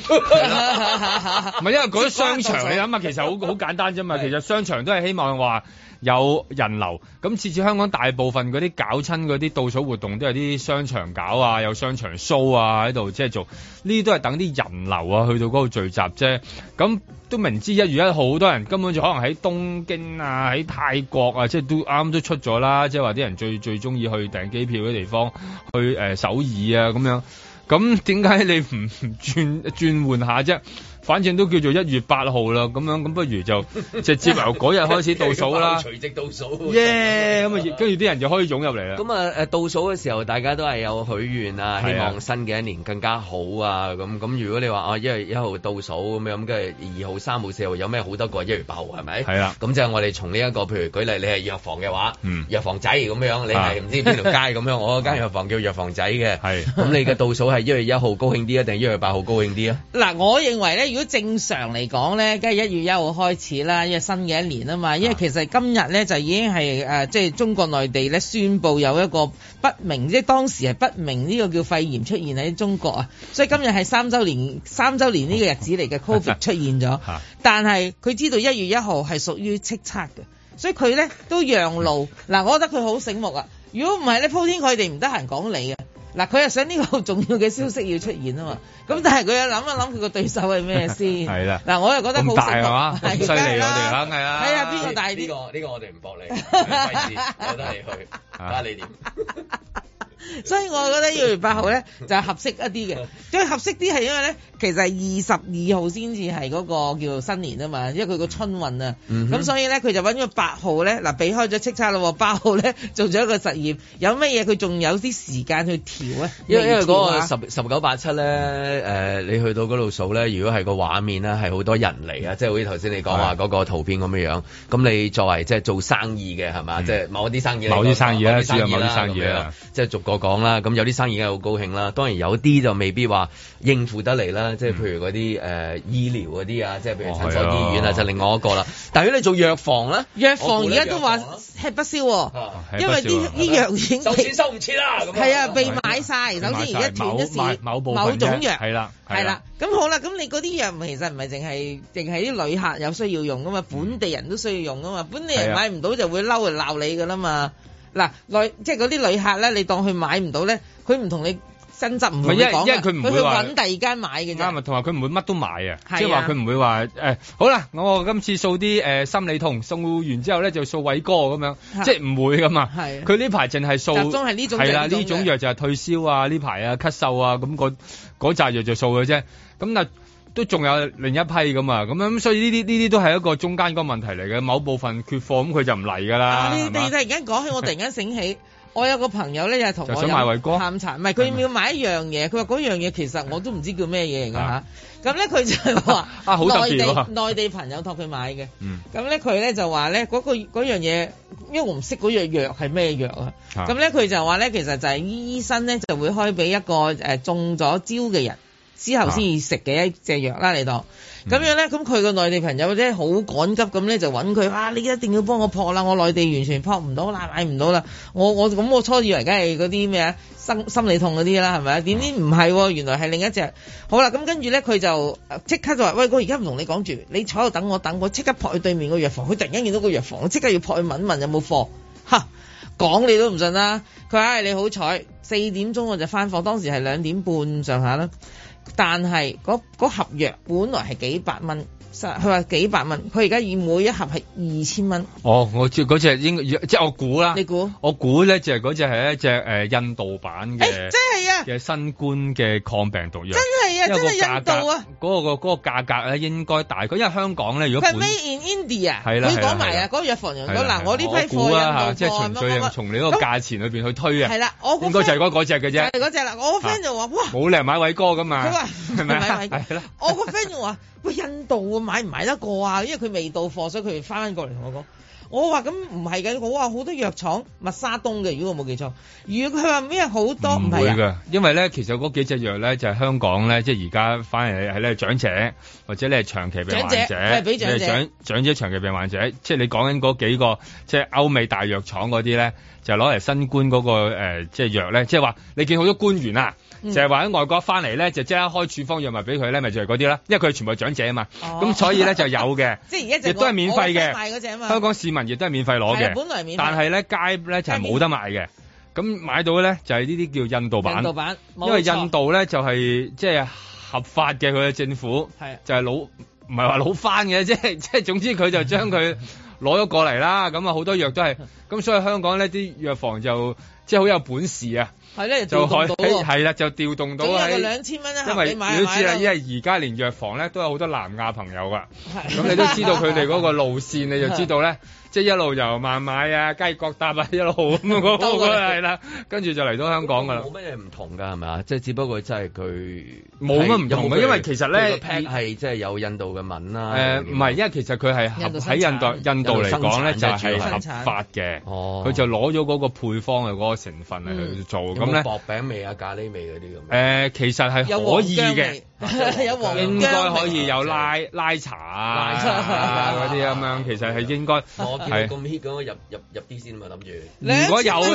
S6: 唔係因為嗰啲商
S4: 即係嗰日倒
S6: 場
S4: 數
S6: 你諗下，其實好好簡單啫嘛。其實商場都係希望話有人流，咁次次香港大部分嗰啲搞親嗰啲倒數活動都係啲商場搞啊，有商場 show 啊喺度，即係做呢啲都係等啲人流啊去到嗰度聚集啫。咁都明知一月一號好多人根本就可能喺東京啊，喺泰國啊，即係都啱都出咗啦，即係話啲人最最中意去訂機票嘅地方，去誒、呃首爾啊咁樣。咁點解你唔 唔轉轉換下啫？反正都叫做一月八號啦，咁樣咁不如就直接由嗰日開始倒 數啦。
S2: 隨即倒數。
S6: 耶！咁啊，跟住啲人就可以湧入嚟啦。
S2: 咁啊誒倒數嘅時候，大家都係有許願啊，
S6: 係啊
S2: 希望新嘅一年更加好啊咁咁。如果你話啊一月一號倒數咁樣，咁跟住二號、三號、四號有咩好得過一月八號係咪？
S6: 係啦
S2: 咁就係我哋從呢一個譬如舉例，你係藥房嘅話
S6: 嗯，
S2: 藥房仔咁樣，你
S6: 啊
S2: 係唔知邊條街咁樣， 我嗰間藥房叫藥房仔嘅，
S6: 係
S2: 咁你嘅倒數係一月一號高興啲啊，定一月八號高興啲啊？
S4: 嗱，我認為咧，如果正常嚟講咧，梗係一月一號開始啦，因為新嘅一年啊嘛。因為其實今日咧就已經係誒、呃即係中國內地咧宣布有一個不明，即係當時係不明呢個叫肺炎出現喺中國啊，所以今日係三週年三週年呢個日子嚟嘅 Covid 出現咗
S6: 嚇，
S4: 但係佢知道一月一號係屬於叱咤嘅，所以佢咧都讓路。嗱，我覺得佢好醒目啊！如果唔係咧，鋪天蓋地唔得閒講你啊！嗱，佢係想呢個好重要嘅消息要出現啊嘛，咁但係佢又諗一諗佢個對手係咩先？
S6: 係啦
S4: 嗱，我又覺得好
S6: 咁大係嘛，咁
S4: 醒目
S6: 犀利我
S4: 係梗係
S6: 哋啦，係啊。
S4: 係啊，邊個大
S2: 呢
S4: 啲？
S2: 個呢個我哋唔駁你， 費事由得你去，睇下你點。
S4: 所以我覺得一月八號咧就係合適一啲嘅，最合適啲係因為咧，其實係二十二號先至係嗰個叫做新年啊嘛，因為佢個春運啊，咁、
S2: 嗯哼
S4: 所以咧佢就揾咗八號咧，嗱避開咗叱咤咯，八號咧做咗一個實驗，有乜嘢佢仲有啲時間去調啊？
S2: 因為因為嗰
S4: 微
S2: 個
S4: 調啊
S2: 十十九八七咧，誒、呃你去到嗰度數咧，如果係個畫面咧，係好多人嚟啊，即係好似頭先你講話
S6: 係
S2: 嗰個圖片咁樣樣。咁你作為即係做生意嘅係嘛，即係某一啲生意嚟講，
S6: 嗯某啲生意啦
S2: 某啲生意
S6: 主要某
S2: 啦
S6: 啲生意啊啦
S2: 咁樣即係逐個講啦。咁有啲生意梗係好高興啦，當然有啲就未必話應付得嚟啦。即係譬如嗰啲誒醫療嗰啲啊，即係譬如診所、
S6: 嗯哦係啊
S2: 醫院啊，就另外一個啦。但係如果你做藥房咧，
S4: 藥房
S2: 我
S4: 而
S2: 估呢
S4: 家都話
S2: 藥房
S4: 吃不消喎、
S6: 哦
S2: 啦啊
S4: 因為啲啲藥已經
S2: 收
S4: 被
S2: 錢收唔切啦，咁樣
S4: 係啊，被買晒。首
S6: 被買晒
S4: 先而家斷咗
S6: 某
S4: 市
S6: 某某部分
S4: 某種藥
S6: 啫係啦係啦
S4: 係啦。咁好啦，咁你嗰啲藥其實唔係淨係淨係啲旅客有需要用噶嘛，本地人都需要用噶嘛，本地
S6: 嗯係
S4: 人
S6: 啊
S4: 買唔到就會嬲就鬧你噶啦嘛。嗱，內即係嗰啲旅客咧，你當佢買唔到咧，佢唔同你爭執，唔同
S6: 唔係
S4: 你
S6: 因為
S4: 講
S6: 因為佢唔
S4: 佢去
S6: 會話
S4: 揾第二間買嘅
S6: 啱
S4: 啫。
S6: 啊，同埋佢唔會乜都買
S4: 係
S6: 啊，
S4: 啊
S6: 即係話佢唔會話誒、好啦，我今次掃啲誒心理痛，掃完之後咧就掃偉哥 咁樣
S4: 嚇，
S6: 即係唔會噶嘛。
S4: 係啊
S6: 佢呢排淨係掃，
S4: 集中係呢種
S6: 係啦，
S4: 呢種
S6: 呢種藥就係退燒啊，呢排啊咳嗽啊，咁嗰嗰扎藥就掃嘅啫。咁但都仲有另一批咁啊，咁樣所以呢啲呢啲都係一個中間個問題嚟嘅，某部分缺貨咁佢就唔嚟㗎啦。
S4: 啊你
S6: 啊係
S4: 哋
S6: 嘛
S4: 突然間講起，我突然間醒起， 我有個朋友咧，又係同
S6: 就
S4: 我
S6: 想買衛
S4: 飲
S6: 哥
S4: 下午茶，唔係佢要買一樣嘢，佢話嗰樣嘢其實我都唔知叫咩嘢嚟㗎嚇
S6: 啊。
S4: 咁咧佢就 係話
S6: 啊好特別
S4: 內地
S6: 喎
S4: 內地朋友託佢買嘅。
S6: 嗯
S4: 咁咧佢咧就話咧嗰個嗰樣嘢，因為我唔識嗰樣藥係咩藥啊。
S6: 啊
S4: 咁咧佢就話咧，其實就係醫生咧就會開俾一個誒、呃中咗招嘅人之後先至食嘅一隻藥啦，你當。咁樣咧，咁佢個內地朋友咧好趕急咁咧就揾佢，啊你一定要幫我撲啦，我內地完全撲唔到啦，買唔到啦，我我咁我初以為梗係嗰啲咩啊心心理痛嗰啲啦，係咪啊？點知唔係喎，原來係另一隻。好啦，咁跟住咧佢就呃即刻就話：喂，我而家唔同你講住，你坐喺度等我等，我即刻撲去對面個藥房。佢突然間見到個藥房，我即刻要撲去問一問有冇貨。嚇！講你都唔信啦。佢話：唉，你好彩，四點鐘我就翻貨，當時係兩點半上下啦。但係嗰嗰盒藥本來係幾百蚊，佢話幾百蚊，佢而家以每一盒係二千蚊。
S6: 哦，我知嗰只應該即係我估啦，
S4: 啊你估？
S6: 我估咧就係嗰只係一隻誒印度版
S4: 誒、
S6: 嘅
S4: 真係 啊，
S6: 嘅新冠嘅抗病毒藥，
S4: 真係啊，
S6: 因
S4: 真係
S6: 為個價
S4: 印
S6: 格
S4: 度啊！
S6: 嗰個嗰個價格咧應該大概，因為香港咧如果
S4: 佢係
S6: 本
S4: made in India，
S6: 係啦
S4: 佢
S6: 係啦
S4: 講埋
S6: 係
S4: 啊，
S6: 啦
S4: 嗰個藥房人
S6: 係
S4: 講
S6: 啦
S4: 嗱，我呢批
S6: 我估
S4: 貨啊
S6: 啦
S4: 印度
S6: 嚇即係純粹係從你嗰個價錢裏邊去推
S4: 係
S6: 啊，
S4: 啦，我個
S6: 應該就
S4: friend
S6: 係嗰嗰只嘅
S4: 就係，
S6: 啫
S4: 嗰只啦。我個 friend 就話：哇！
S6: 冇理由買偉哥噶嘛，
S4: 佢話
S6: 係咪啊
S4: 買偉哥
S6: 係啦
S4: 我個 friend 就話：喂，印度啊，買唔買得過啊？因為佢未到貨，所以佢翻翻過嚟同我講。我話咁唔係嘅，我話好多藥廠密沙東嘅，如果我冇記錯。如果佢話咩好多唔
S6: 唔會
S4: 係啊，
S6: 㗎，因為咧其實嗰幾隻藥咧就係香港咧，即係而家反而係咧長者或者你係長期病患
S4: 長者係俾長者
S6: 你係長長者長期病患者，即係你講緊嗰幾個即係歐美大藥廠嗰啲咧，就攞嚟新冠嗰、個、呃、即係藥咧，即係話你見好多官員啊。
S4: 嗯
S6: 就係話喺外國翻嚟咧，就即刻開處方藥物俾佢咧，咪就係嗰啲啦，因為佢全部係長者啊嘛，
S4: 哦
S6: 咁、所以咧就有 嘅，
S4: 即係而家就
S6: 亦都係免費嘅
S4: 賣嗰只啊嘛。
S6: 香港市民亦都係免費攞
S4: 係啊
S6: 嘅，
S4: 本來係免費
S6: 但係咧街咧就係冇得賣嘅，咁買到咧就係呢啲叫印度版
S4: 印，度版，
S6: 因為
S4: 冇錯
S6: 印度咧就係即係合法嘅佢嘅政府，
S4: 係啊
S6: 就係老唔係話老翻嘅，即係即係總之佢就 將佢攞咗過嚟啦，咁啊好多藥都係，咁所以香港呢啲藥房就即係好有本事啊，
S4: 係咧，
S6: 就
S4: 調
S6: 可
S4: 動
S6: 以
S4: 到喎，
S6: 係啦，就調動到
S4: 總有個
S6: 喺。
S4: 兩千蚊一
S6: 因
S4: 盒，
S6: 為
S4: 你
S6: 你
S4: 買就啊
S6: 都
S4: 買
S6: 知啦，
S4: 啦。
S6: 因為而家連藥房咧都有好多南亞朋 友噶，
S4: 咁
S6: 咁你都知道佢哋 嗰個路線，你就知道咧，即係一路由孟買啊、雞角搭啊，一路咁嗰
S4: 兜過
S6: 個
S4: 嚟
S6: 係啦，跟住就嚟到香港噶啦
S2: 冇。乜嘢唔同㗎係咪啊？即係只不過真係佢
S6: 冇乜唔同
S2: 有冇
S6: 嘅
S2: 佢
S6: 因為其實呢
S2: 佢個 pack 係即係有印度嘅文啦。
S6: 誒呃唔係，因為其實佢係合
S4: 印度生
S6: 喺印
S4: 產
S6: 度印度嚟講咧，
S2: 啊印
S6: 就
S2: 度生產
S6: 係合
S4: 主要係
S6: 法嘅。
S2: 哦嗯
S6: 佢就攞咗嗰個配方嘅嗰個成分嚟去做，
S2: 有
S6: 咁
S2: 冇
S6: 咧
S2: 薄餅味啊、咖喱味嗰啲咁。啊
S6: 誒其實係
S4: 有
S6: 可
S4: 黃
S6: 以
S4: 姜
S6: 嘅
S4: 味，，有黃姜味，
S6: 應該可以有拉拉茶啊
S2: 拉
S4: 茶
S6: 嗰啲咁 樣，其實係應該
S2: 我哦見佢
S6: 係
S2: 咁 hit 咁，入入入啲先嘛，諗住。
S6: 如果有。啊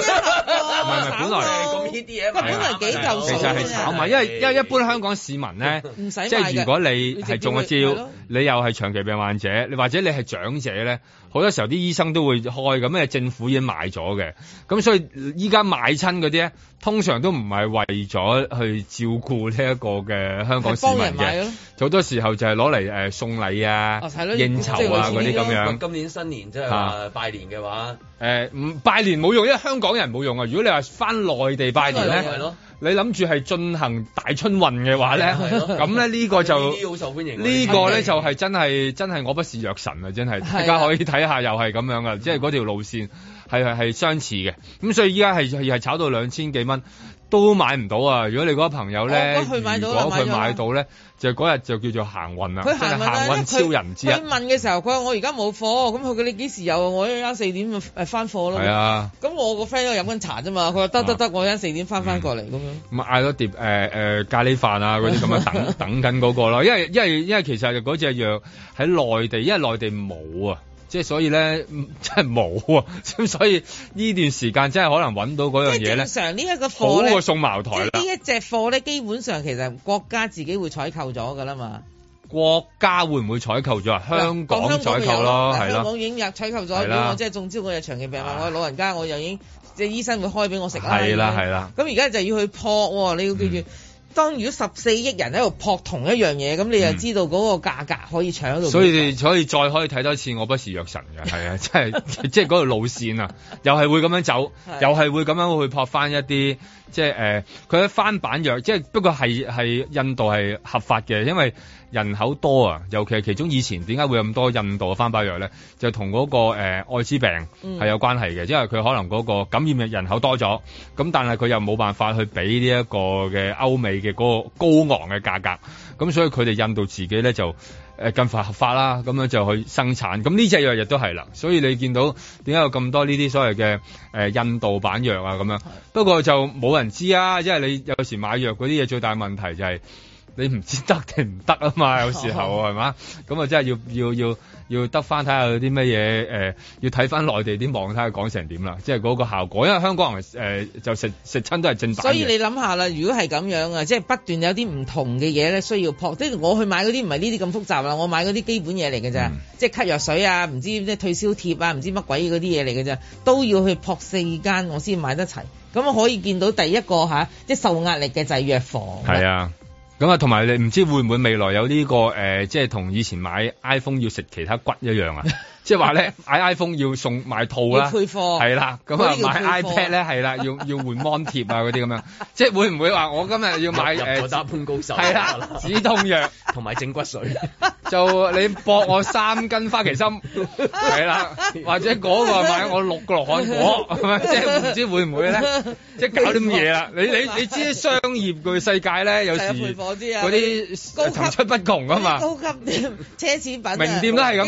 S4: 兩千蚊一盒
S6: 唔係唔
S4: 喎省
S6: 係本來
S4: 到
S2: 咁 hit 啲嘢
S4: 哦
S2: 啊
S4: 佢本來幾嚿啊
S6: 其
S4: 水
S6: 實係炒賣，因為因為一般香港市民 咧，
S4: 唔使買嘅
S6: 即係如果你係中咗
S4: 你直接會係咯
S6: 招，你又係長期病患者，你或者你係長者咧，好多時候啲醫生都會開咁，因為政府已經買咗嘅，咁所以依家買親嗰啲咧，通常都唔係為咗去照顧呢一個嘅香港
S4: 係
S6: 市
S4: 幫人
S6: 民
S4: 買
S6: 嘅
S4: 咯，
S6: 好多時候就係攞嚟誒送禮啊
S4: 哦係咯、
S6: 應酬
S4: 即係類
S6: 啊
S4: 似
S6: 嗰啲咁樣。
S2: 今年新年即係話拜年嘅話，
S6: 誒唔拜年冇用，因為香港人冇用啊。如果你話翻內地拜年
S2: 係
S6: 咧
S2: 咯，
S6: 你諗住係進行大春運嘅話咧，
S2: 係咯
S6: 咁咧呢個就
S2: 呢啲好受歡迎喎。啊
S6: 呢個
S4: 係
S6: 咧就係真係真係我不是藥神啊！真係
S4: 係啊
S6: 大家可以睇下，又係咁樣啊噶，即係嗰條路線係係係相似嘅。咁所以依家係係係炒到兩千幾蚊都買唔到啊！如果你嗰個朋友咧，
S4: 我覺得佢買到
S6: 如
S4: 啦
S6: 果佢
S4: 買咗啦
S6: 買到咧，就嗰日就叫做行運啦，啊
S4: 佢
S6: 真
S4: 行
S6: 係
S4: 運啦，
S6: 行
S4: 因為
S6: 運超人之一
S4: 佢。問嘅時候，佢話我而家冇貨，咁佢叫你幾時有啊？我一間四點誒翻貨咯。
S6: 係。啊。
S4: 咁我個 friend 喺度飲緊茶啫嘛，佢話得得得，我一間四點翻翻過嚟咁樣。
S6: 咁啊嗌咗碟誒誒、呃咖喱飯啊嗰啲咁樣 等等緊嗰個咯，因為因為因為其實嗰隻藥喺內地，因為內地冇啊。即係所以咧，嗯 真係冇啊！咁所以呢段時間真係可能揾到嗰
S4: 即
S6: 樣
S4: 係
S6: 嘢咧
S4: 正，常呢一個
S6: 好
S4: 貨咧
S6: 過，送茅
S4: 即
S6: 台
S4: 係
S6: 啦
S4: 呢。一隻貨咧，基本上其實國家自己會採購咗㗎啦嘛。
S6: 國家會唔會採購咗啊？香港
S4: 嗱講佢
S6: 採
S4: 有
S6: 購咯，
S4: 嗱
S6: 係
S4: 香
S6: 咯，
S4: 港已經有採購咗，
S6: 係
S4: 如
S6: 啦
S4: 果我真係中招，我有長期病患，
S6: 啊
S4: 我係老人家，我又已經即係醫生會開俾我食啦。
S6: 係啦
S4: 啊咁樣
S6: 係啦。嗯
S4: 咁而家就要去撲喎，你要記住。當如果十四億人喺度撲同一樣嘢，咁你就
S6: 嗯
S4: 知道嗰個價格可以搶到。
S6: 所以你所以再可以睇多次《我不是藥神》嘅，係啊，即 係即係嗰條路線啊，又係會咁樣走，
S4: 係
S6: 又係會咁樣去撲翻一啲即係誒，呃佢、喺翻版藥，即係不過係係印度係合法嘅，因為人口多啊，尤其係其中以前點解會有咁多印度嘅翻版藥咧，就同嗰、個誒、呃、艾滋病
S4: 嗯
S6: 係有關係嘅，因為佢可能嗰個感染嘅人口多咗，咁但係佢又冇辦法去俾呢一個嘅歐美嘅嗰個高昂嘅價格，咁所以佢哋印度自己咧就。誒近呃乎合法啦，咁樣就去生產。咁呢只藥亦都係啦，所以你見到點解有咁多呢啲所謂嘅誒、呃印度版藥啊咁樣？不過就冇人知啊，因為你有時買藥嗰啲嘢最大問題就係、你唔知得定唔得啊 嘛，有時候係嘛，咁啊真係要要要要得翻睇下有啲乜嘢誒，要睇翻內地啲網睇下講成點啦，即係嗰個效果，因為香港人誒、呃就食食親都係正版嘅
S4: 所以你諗下啦，如果係咁樣啊，即係不斷有啲唔同嘅嘢咧，需要撲。即係我去買嗰啲唔係呢啲咁複雜啦，我買嗰啲基本嘢嚟嘅咋，
S6: 嗯
S4: 即係咳藥水啊，唔知咩退燒貼啊，唔知乜鬼嗰啲嘢嚟嘅咋，都要去撲四間我先買得齊。咁我可以見到第一個嚇、即係受壓力嘅就係藥房。
S6: 係啊。咁啊，同埋你唔知會唔會未來有呢、個誒、呃即係同以前買 iPhone 要食其他骨一 樣啊！即係話咧，買 iPhone 要送買套
S4: 要
S6: 啦，
S4: 配貨
S6: 係啦，咁啊
S4: 嗰啲叫
S6: 買
S4: 配貨
S6: iPad 咧係啦，要要換 mon 貼啊嗰啲咁樣，即係會唔會話我今日要買
S2: 入咗
S6: 誒
S2: 打潘高手，
S6: 係啦 止痛藥，
S2: 同埋整骨水，
S6: 就你博我三斤花旗 參係啦，或者嗰個買我六個羅漢果， 係咪？即係唔知會唔會咧？即係搞啲咁嘢啦！你你你知商業個世界咧，有
S4: 係啊
S6: 時
S4: 配貨啲啊
S6: 嗰啲層出不窮噶嘛。
S4: 高級店、奢侈品啊、
S6: 啊名店都係咁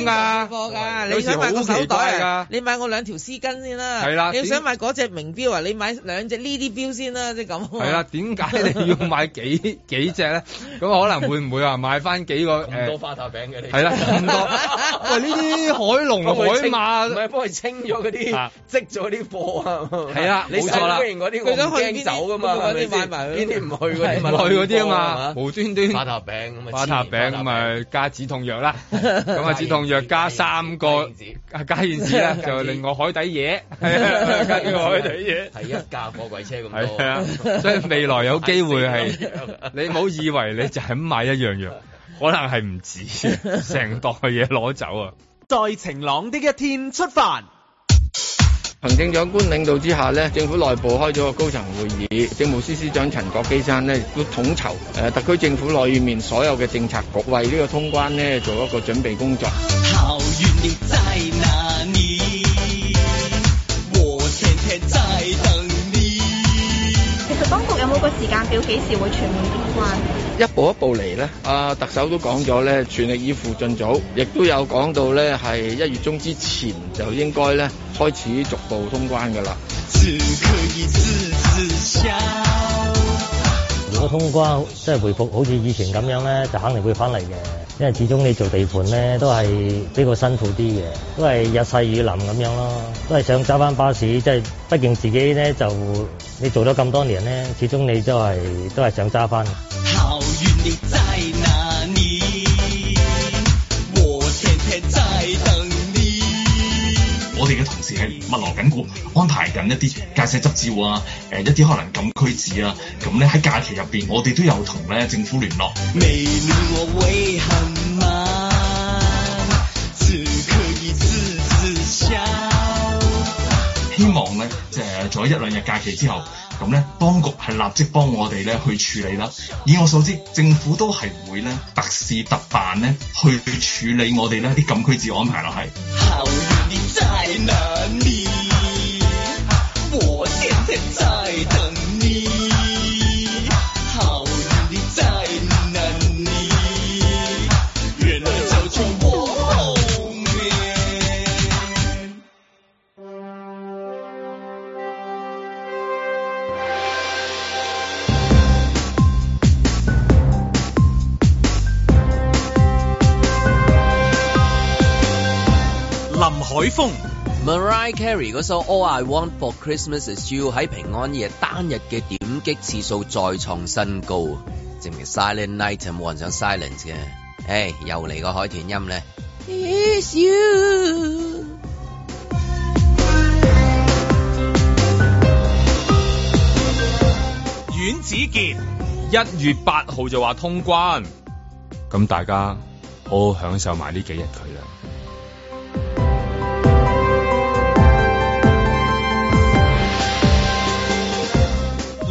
S4: 邊
S6: 㗎
S4: 個有貨㗎，
S6: 有
S4: 你
S6: 時
S4: 想買個
S6: 好
S4: 手
S6: 奇怪
S4: 袋
S6: 㗎
S4: 啊，你買我兩條絲巾先啦。
S6: 係啦
S4: 你
S6: 點
S4: 想買嗰隻名錶啊，你買兩隻呢啲錶先啦，即係咁。啊
S6: 係啦，，點解你要買 幾幾隻咧？咁可能會唔會話買翻幾個
S2: 咁多
S6: 誒？
S2: 花塔餅嘅你，
S6: 呃係啦，咁多喂呢啲海龍
S2: 幫佢清。
S6: 海
S2: 唔
S6: 馬
S2: 係幫佢清咗嗰啲
S6: 啊，
S2: 積咗啲貨啊，
S6: 係啦
S2: 你
S6: 冇錯啦
S2: 受歡迎嗰啲，
S4: 佢
S2: 我
S4: 想
S2: 唔
S4: 去
S2: 驚
S4: 邊啲
S2: 走噶嘛，
S4: 佢嗰啲
S2: 係咪先
S4: 買埋佢
S2: 邊啲唔去嗰啲咪
S6: 唔去嗰啲啊
S2: 係
S6: 嘛，無端端
S2: 花塔餅咁啊，
S6: 花塔餅咁咪加止痛藥啦， 咁啊止痛藥加三個啊加件 紙啦，就另外海底嘢，係啊加呢個海底嘢，
S2: 係一架貨櫃車咁多，
S6: 係啊，所以未來有機會 係你唔好以為你就係咁買一樣藥，可能係唔 止嘅成袋嘢攞走啊！
S1: 在晴朗的一天出發。
S11: 行政長官領導之下咧，政府內部開咗個高層會議，政務司司長陳國基生咧都統籌誒、呃特區政府內面所有嘅政策局，為呢個通關咧做一個準備工作。
S7: 桃源你在哪里？我天天在等你。
S12: 其實當局有冇個時間表幾時會全面通關？
S11: 一步一步嚟咧，啊特首都講咗咧，全力以赴盡早，亦都有講到咧係一月中之前就應該咧開始逐步通關㗎啦。
S7: 只可以自自笑。
S13: 如果通關即係回復好似以前咁樣咧，就肯定會翻嚟嘅，因為始終你做地盤咧都係比較辛苦啲嘅，都係日曬雨淋咁樣咯，都係想揸翻巴士，即係畢竟自己咧就你做咗咁多年咧，始終你都係都係想揸翻。
S7: 桃源你在哪里？我天天在等你。
S14: 我哋嘅同事係密鑼緊鼓安排緊一啲駕駛執照啊，誒、一啲可能禁區紙啊，咁咧喺假期入邊，我哋都有同咧政府聯絡。
S7: 没你我会很忙，只可以自自笑。
S14: 希望咧，即係做咗一兩日假期之後，咁咧當局係立即幫我哋咧去處理啦。以我所知，政府都係會咧特事特辦咧去處理我哋咧啲禁區紙安排落係。
S7: 好运你在哪里？我天天在等你。好运你在哪里？原来就在我后面。
S1: 林海峰、
S2: Mariah Carey 嗰首 All I Want for Christmas Is You 喺平安夜單日嘅點擊次數再創新高，證明 Silent Night 就冇人想 silence 嘅。誒，又嚟個海豚音咧！
S7: It's you。
S1: 阮子健、
S3: 一月八號就話通關，咁大家好好享受埋呢幾日佢啦。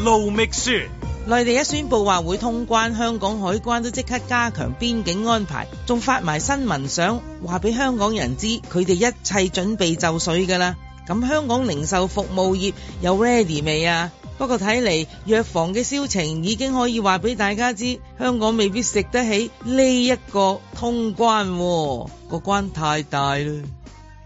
S1: 路觅雪。
S4: 內地一宣布話會通關，香港海關都即刻加強邊境安排，仲發埋新聞相話俾香港人知佢哋一切準備就緒㗎啦。咁香港零售服務業又 ready 未啊？不過睇嚟藥房嘅銷情已經可以話俾大家知，香港未必食得起呢一個通關喎，個關太大啦。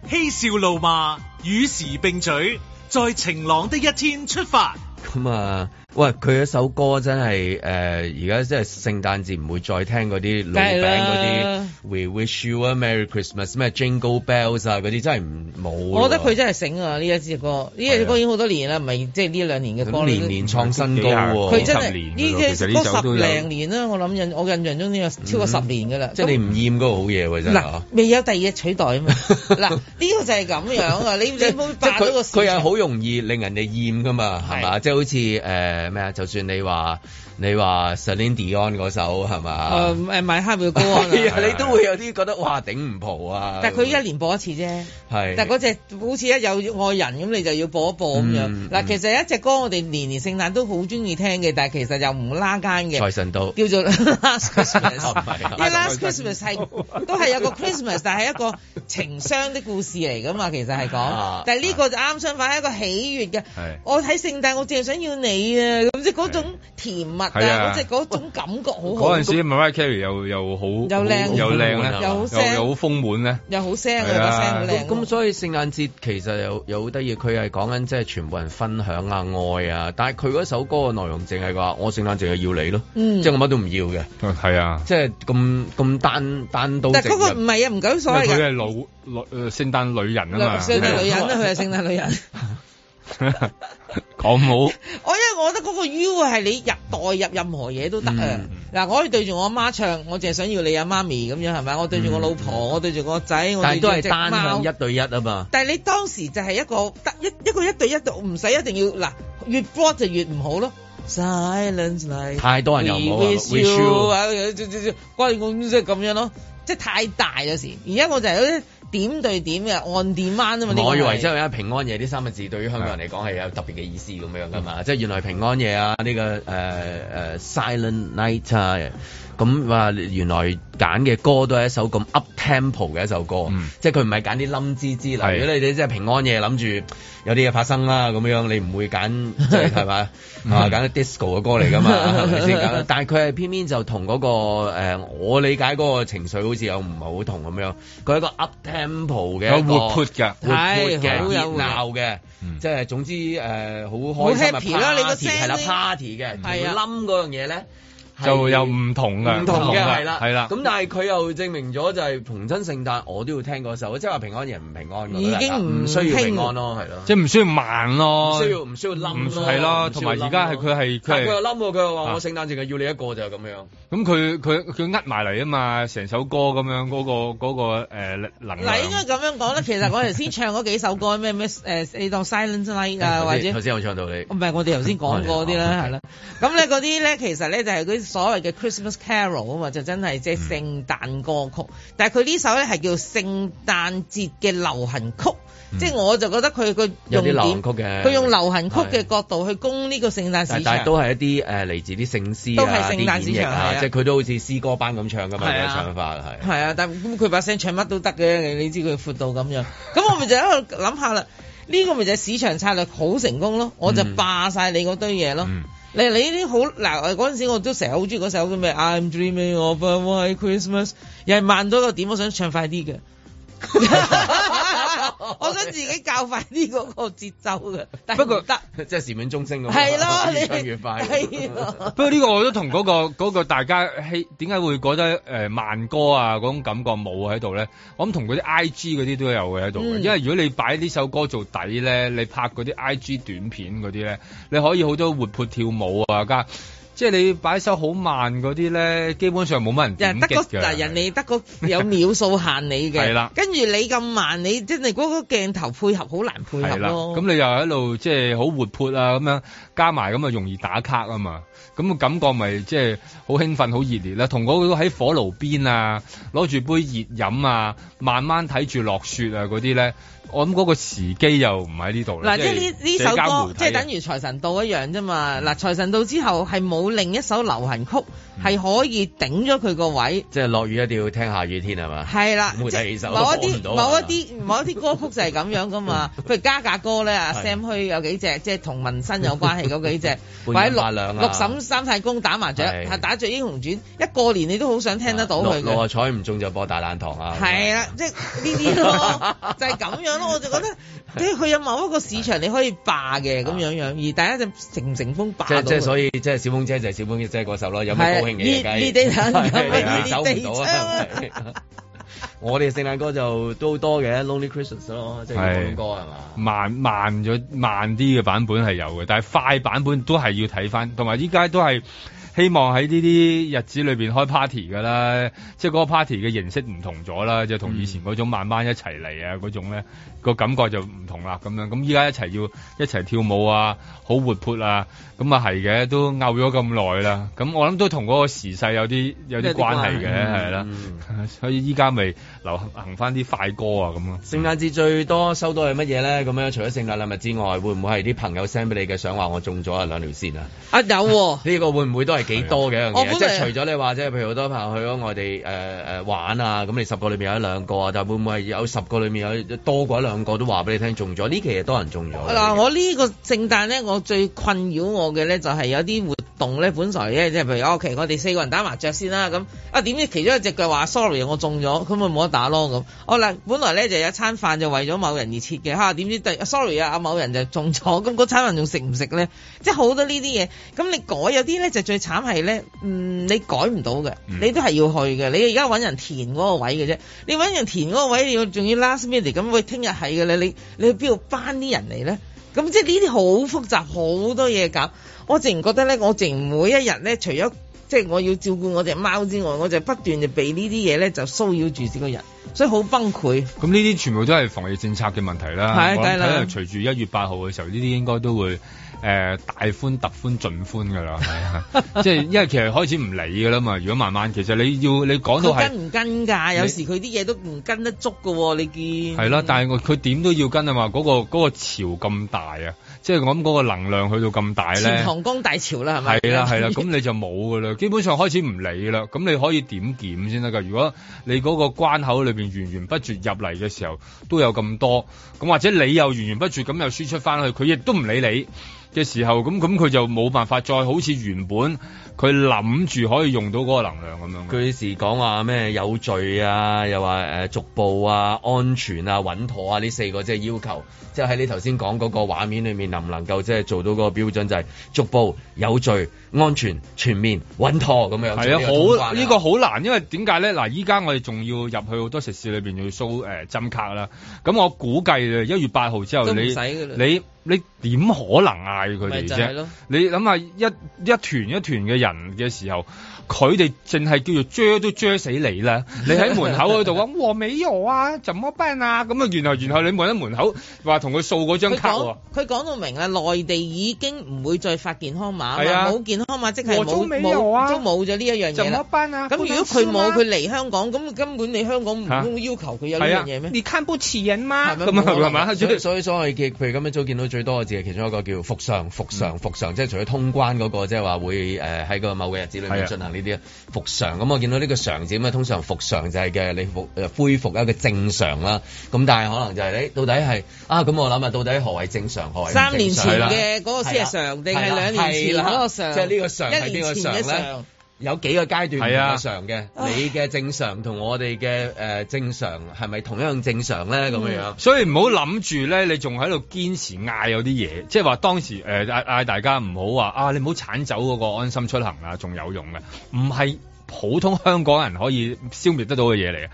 S1: 嬉笑怒罵，與時並舉，在晴朗的一天出 發。
S2: 咁啊，喂，佢一首歌真係誒，呃而家即係聖誕節唔會再聽嗰啲老餅嗰啲 We Wish You a Merry Christmas 咩 Jingle Bells 啊嗰啲真係唔冇。
S4: 我覺得佢真係醒啊！呢一支歌，呢一支歌已經好多年啦，唔係即係呢兩年嘅歌
S2: 咁
S4: 啦。
S2: 年年創新高喎，
S4: 佢真係呢隻歌十零年啦，我諗印我印象中呢個超過十年㗎啦。
S2: 嗯即係你唔厭嗰個好嘢喎，真係
S4: 嗱
S2: 啊。
S4: 未有第二隻取 代啊嘛。嗱，呢個就係咁樣啊！你你冇
S2: 即係
S4: 扮到個
S2: 佢
S4: 市
S2: 佢係
S4: 場
S2: 好容易令人哋厭噶嘛，係嘛？即係好似誒咩啊？就算你話你話 Celine Dion 嗰首係嘛？
S4: 誒誒買 h a p 嘅歌啊。
S2: 啊 係啊，你都會有啲覺得哇頂唔蒲啊！
S4: 但係佢一年播一次啫。
S2: 係
S4: 但係嗰隻好似一有愛人咁，你就要播一播咁
S2: 嗯
S4: 樣。嗱，其實一隻歌我哋年年聖誕都好中意聽嘅，但係其實又唔拉更嘅。
S2: 財神到
S4: 叫做 Last
S2: 唔
S4: Christmas，
S2: 係啊
S4: 因為 Last Christmas 係都係有個 Christmas，但係一個情傷的故事嚟噶嘛，其實係
S2: 啊
S4: 講。但係呢個就啱相反，係一個喜悅嘅
S2: 係。
S4: 我睇聖誕，我淨係想要你啊！咁即係嗰種甜蜜啊，
S3: 係啊
S4: 嗰隻嗰種感覺好好。
S3: 嗰陣時 Mariah Carey 又又好又
S4: 靚
S3: 又靚咧，
S4: 又好聲
S3: 又好豐滿咧。
S4: 又好聲啊，
S3: 係啊
S4: 個聲好靚。
S2: 咁所以聖誕節其實有有好得意，佢係講緊即係全部人分享啊愛啊，但係佢嗰首歌嘅內容淨係話我聖誕淨係要你咯，
S4: 嗯
S2: 即係我乜都唔要嘅，
S3: 係啊，
S2: 即係咁咁單單刀
S4: 但
S2: 直
S4: 係嗰個
S2: 入
S4: 唔。係啊，唔夠所謂
S3: 因為
S4: 㗎。
S3: 佢係老老誒聖誕女 人啊嘛，
S4: 聖誕女人啦，佢係聖誕女人。
S3: 講冇
S4: 我哦因為我覺得嗰個 U 係你入代入任何嘢都得
S2: 嗯
S4: 啊。嗱，我可以對住我阿媽唱，我淨係想要你阿媽咪咁樣係咪？我對住我老婆，我對住我仔，我
S2: 嗯但係
S4: 對
S2: 都
S4: 住
S2: 係
S4: 隻
S2: 單向
S4: 貓
S2: 一。對一啊嘛。
S4: 但係你當時就係一個得一一個一對一對，唔使一定要嗱，越 broad 就越唔好咯。Silence like
S2: 太多人又
S4: we
S2: 唔好啊
S4: wish
S2: wish you
S4: you 啊，關於我即係咁樣咯，即係太大有時。而家我就係有啲點對點嘅按 d e m 啊嘛。呢個
S2: 我以為
S4: 係
S2: 即係平安夜呢三個字對於香港人嚟講係有特別嘅意思咁樣㗎嘛，即係原來平安夜啊呢、個誒誒、呃 Silent Night 啊，咁話原來揀嘅歌都係一首咁 up tempo 嘅一首歌，即係佢唔係揀啲冧滋滋啦。
S3: 係
S2: 如果你哋即係平安夜諗住有啲嘢發生啦咁樣，你唔會揀即係係嘛啊揀啲 disco 嘅歌嚟㗎嘛，係咪先揀？但係佢係偏偏就同嗰、個、呃、我理解嗰個情緒好似有唔係好同咁樣，佢係一個 up tempo 嘅一個
S3: 有活潑㗎
S2: 活潑嘅
S3: 係好
S2: 熱
S3: 有活
S2: 鬧嘅，
S3: 嗯
S2: 即係總之誒好
S4: 好
S2: 開心嘅
S4: happy 啦，你個
S2: party，
S4: 聲啊
S2: 係啦 party 嘅，同佢冧嗰樣嘢咧。
S3: 就又唔同㗎，
S2: 唔同嘅係啦，
S3: 係啦。
S2: 咁但係佢又證明咗就係逢真聖誕我都要聽嗰首，即係話平安夜唔平安㗎啦
S3: 已經唔
S2: 唔需要
S3: 興
S2: 平安咯，係咯。
S3: 即係唔需要慢咯，嗯
S2: 唔需要唔需要冧咯，
S3: 係啦，
S2: 唔需
S3: 同
S2: 要冧
S3: 埋而家係
S2: 咯
S3: 佢係
S2: 但
S3: 佢
S2: 係佢
S3: 係
S2: 又冧喎，佢又話
S3: 啊
S2: 我聖誕淨係要你一個就係咁樣。
S3: 咁佢佢佢呃埋嚟啊嘛，成首歌咁樣嗰個嗰個誒能
S2: 嗯
S4: 嗱，應
S3: 量。
S4: 該咁樣講啦。其實我頭先唱嗰幾首歌，咩咩誒，你當 Silent Night 啊，或者哦
S2: 頭先有哦唱到你，唔
S4: 係我哋頭先講過嗰啲啦，係啦。咁咧嗰啲咧，其實咧就係嗰啲所謂嘅 Christmas Carol 啊嘛，就真係即係
S2: 嗯
S4: 聖誕歌曲。但係佢呢首咧係叫聖誕節嘅流行曲，即係我就覺得佢個
S2: 嗯有啲
S4: 用
S2: 流行
S4: 點，
S2: 曲嘅
S4: 佢用流行曲
S2: 係
S4: 嘅角度去攻呢個聖誕啊市
S2: 但但
S4: 場
S2: 係。都係一啲誒嚟自啲聖詩
S4: 都
S2: 啊、
S4: 係聖誕
S2: 啲
S4: 市
S2: 演繹
S4: 場
S2: 啊
S4: 係，啊
S2: 即係佢都好似詩歌班咁唱㗎嘛，
S4: 係
S2: 佢
S4: 啊
S2: 嘅唱法係。
S4: 係啊，但咁佢把聲唱乜都得嘅，你你知佢闊到咁樣。咁我咪就喺度 諗下啦，呢、個咪就係市場策略好成功咯，我就
S2: 嗯
S4: 霸晒你嗰堆嘢咯。你你呢啲好嗱，嗰陣時我都成日好中意嗰首叫咩 I'm Dreaming of a White Christmas，又係慢咗個點，我想唱快啲 嘅。我想自己較快啲嗰個節奏嘅，但係唔 得。
S2: 即係時滿中升咁。
S4: 係咯，你
S2: 越唱越快。
S4: 係啊咯
S3: 不過呢個我都同嗰、個嗰、個大家希點解會覺得誒、呃慢歌啊嗰種感覺冇喺度咧？我諗同嗰啲 I G 嗰啲都有嘅喺度嘅，
S6: 嗯
S3: 因為如果你擺呢首歌做底咧，你拍嗰啲 I G 短片嗰啲咧，你可以好多活潑跳舞啊加。
S6: 即係你擺手好慢嗰啲咧，基本上冇乜人
S4: 人
S6: 點
S4: 得
S6: 擊
S4: 嗰
S6: 㗎。
S4: 嗱，人哋得嗰有秒數限你嘅，
S6: 係啦
S4: 跟住你咁慢，你真係嗰個鏡頭配合好難配合
S6: 係啦，
S4: 咯。
S6: 咁你又喺度即係好活潑啊，咁樣加埋咁啊容易打卡啊嘛，咁個感覺咪即係好興奮、好熱烈啦。同嗰個喺火爐邊啊，攞住杯熱飲啊，慢慢睇住落雪啊嗰啲咧，我諗嗰個時機又唔喺呢度啦。
S4: 嗱，即係呢呢首
S6: 社交媒
S2: 啊
S4: 歌，
S6: 體啊
S4: 即係等於財神到一樣啫嘛。
S2: 嗯
S4: 嗱，財神到之後係冇另一首流行曲
S2: 嗯
S4: 係可以頂咗佢個位。
S2: 即係落雨一定要聽下雨天係嘛？
S4: 係啦，
S2: 啊冇
S4: 即
S2: 第二首
S4: 係某一
S2: 播唔到啊嗯
S4: 啲某一啲某一啲歌曲就係咁樣噶嘛。譬如加價歌咧，阿
S2: 係
S4: Sam 虛有幾隻，即係同民生有關係嗰 幾隻，或者
S2: 半斤
S4: 六
S2: 八兩啊
S4: 六嬸三太公打麻雀，
S2: 係
S4: 係打雀英雄傳，一過年你都好想聽得到
S2: 六
S4: 佢
S2: 啊六
S4: 嘅
S2: 合。彩唔中就播大冷堂啊！
S4: 係啦，即係呢啲 咯，就係咁樣咯。我就覺得，即係佢有某一個市場你可以霸嘅咁樣樣，而大家就成唔成功霸
S2: 即
S4: 到
S2: 啊係即係，
S4: 佢。
S2: 所以即係小鳳姐就係小鳳姐嗰首咯，有
S4: 係啊
S2: 咩高興嘅嘢梗係
S4: 熱熱地冷咁
S2: 係
S4: 熱
S2: 走
S4: 地
S2: 唔到啊！係 我哋聖誕歌就都好多嘅，Lonely Christmas 咯，即係廣東歌係嘛？
S6: 慢慢咗慢啲嘅版本係有嘅，但係快版本都係要睇翻，同埋依家都係希望喺呢啲日子裏邊開 party 㗎啦，即係嗰個 party 嘅形式唔同咗啦，就同以前嗰種慢慢一齊嚟啊嗰種咧個感覺就唔同啦咁樣，咁依家一齊要一齊跳舞啊，好活潑啊，咁啊係嘅，都拗咗咁耐啦，咁我諗都同嗰個時勢有啲有啲
S2: 有啲關
S6: 關係嘅嗯
S2: 係
S6: 係啦， 所以依家咪流行翻啲快歌啊咁咯。
S2: 聖誕節最多收到係乜嘢咧？咁樣除咗聖誕禮物之外，會唔會係啲朋友 send 俾你嘅相話我中咗啊兩條線啊？
S4: 啊 有喎，
S2: 呢個會唔會都係幾多嘅一樣
S4: 我
S2: 嘢？
S4: 本
S2: 即
S4: 來
S2: 係啊除咗你話即係譬如好多朋友去咗外地誒誒玩啊，咁你十個裏面有一兩個啊，但會唔會係有十個裏面有多過一兩個都話俾你聽中咗？呢期係多人中咗嘅。
S4: 嗱，我呢個聖誕咧，我最困擾我嘅咧就係有啲活動咧，本來咧即係譬如啊 OK，我哋四個人打麻雀先啦，咁啊點知其中一隻腳話 sorry，我啊中咗，咁咪冇得打咯咁。我嗱本來咧就有一餐飯就為咗某人而設嘅，嚇點知第 sorry 啊，某人就中咗，咁嗰餐飯仲食唔食咧？即係好多呢啲嘢，咁你改有啲咧就最慘係咧，嗯，你改唔到嘅，
S6: 嗯
S4: 你都係要去嘅。你而家揾人填嗰個位嘅啫，你揾人填嗰個位，你要仲要 last minute 咁，喂，聽日係嘅啦，你你去邊度班啲人嚟咧？咁即係呢啲好複雜，好多嘢搞。我直然覺得咧，我直然每一日咧，除咗即係我要照顧我只貓之外，我就不斷就被呢啲嘢咧就騷擾住自個人，所以好崩潰。
S6: 咁呢啲全部都係防疫政策嘅問題啦。
S4: 係
S6: 我諗
S4: 梗係啦
S6: 睇嚟隨住一月八號嘅時候，呢啲應該都會誒、呃大寬、特寬、盡寬㗎啦。 係啊即係因為其實開始唔理㗎啦嘛。如果慢慢，其實你要你講到
S4: 佢
S6: 係
S4: 跟唔跟㗎？有
S6: 你
S4: 時佢啲嘢都唔跟得足㗎喎，你見
S6: 係啦，但係我佢點都要跟啊嘛。嗰、個嗰、個潮咁大啊，即係我諗嗰個能量去到咁大
S4: 錢
S6: 咧。
S4: 塘江大潮啦，係咪？
S6: 係啦 係啦，咁你就冇噶啦，基本上開始唔理啦。咁你可以點檢先得㗎？如果你嗰個關口裏邊源源不絕入嚟嘅時候都有咁多，咁或者你又源源不絕咁又輸出翻去，佢亦都唔理你嘅時候，咁咁佢就冇辦法再好似原本佢諗住可以用到嗰個能量咁樣。啊
S2: 佢有時講話咩有序啊，又話誒、呃逐步啊、安全啊、穩妥啊呢四個即係要求，即係喺你頭先講嗰個畫面裏面能唔能夠即係做到嗰個標準就係、逐步有序、安全、全面、穩妥咁樣。
S6: 係
S2: 做呢個通關
S6: 啊，好呢個好難，因為點解咧？嗱，依家我哋仲要入去好多食肆裏邊要 show 誒針卡啦。咁我估計啊一月八號之後，
S4: 都唔
S6: 你
S4: 使㗎啦
S6: 你你點可能嗌佢
S4: 嗯咪
S6: 哋
S4: 就係
S6: 啫
S4: 咯？
S6: 你諗下一一團一團嘅人嘅時候，佢哋淨係叫做追都追死你 啦！你喺門口嗰度講和美我啊，怎麼辦啊？咁啊，然後然後你門喺門口話同佢掃嗰張
S4: 佢
S6: 卡
S4: 講
S6: 喎。
S4: 佢講到明啦，內地已經唔會再發健康碼啊
S6: 係啊
S4: 嘛，冇健康碼即係
S6: 和中
S4: 冇
S6: 美有啊
S4: 冇都冇咗呢一樣
S6: 就
S4: 嘢
S6: 冇
S4: 啦。
S6: 班啊
S4: 咁
S6: 不
S4: 如
S6: 能
S4: 果佢冇，
S6: 輸啊
S4: 佢嚟香港，咁根本你香港唔
S2: 嚇
S4: 通要求佢
S6: 啊
S4: 有呢樣嘢咩？
S6: 你看不起人嗎
S2: 咁啊，係嘛？所以所以所以嘅，譬如今日早見到最多嘅字係其中一個叫復常、復常、復常，即係除咗通關嗰個，即係話會誒喺個某個日子裏
S6: 係啊
S2: 面進行呢啲復常。咁我見到呢個常字咁啊，通常復常就係嘅你復誒恢復一個正常啦。咁但係可能就係你到底係啊？咁我諗啊，到底何謂正常？何謂唔正常
S4: 三年前
S2: 係啦
S4: 嘅嗰個
S6: 啊
S4: 先係常，定係兩年前嗰個常？
S2: 即係呢個常係
S4: 一
S2: 邊
S4: 年
S2: 個
S4: 前
S2: 常
S4: 嘅
S2: 咧
S4: 常。？
S2: 有幾個階段唔同
S6: 係啊
S2: 嘅常嘅，你嘅正常同我哋嘅誒正常係咪同樣正常咧？咁樣樣。
S6: 所以唔好諗住咧，你仲喺度堅持嗌有啲嘢，即係話當時誒嗌嗌大家唔好話啊，你唔好剷走嗰個安心出行啊，仲有用嘅，唔係普通香港人可以消滅得到嘅嘢嚟嘅，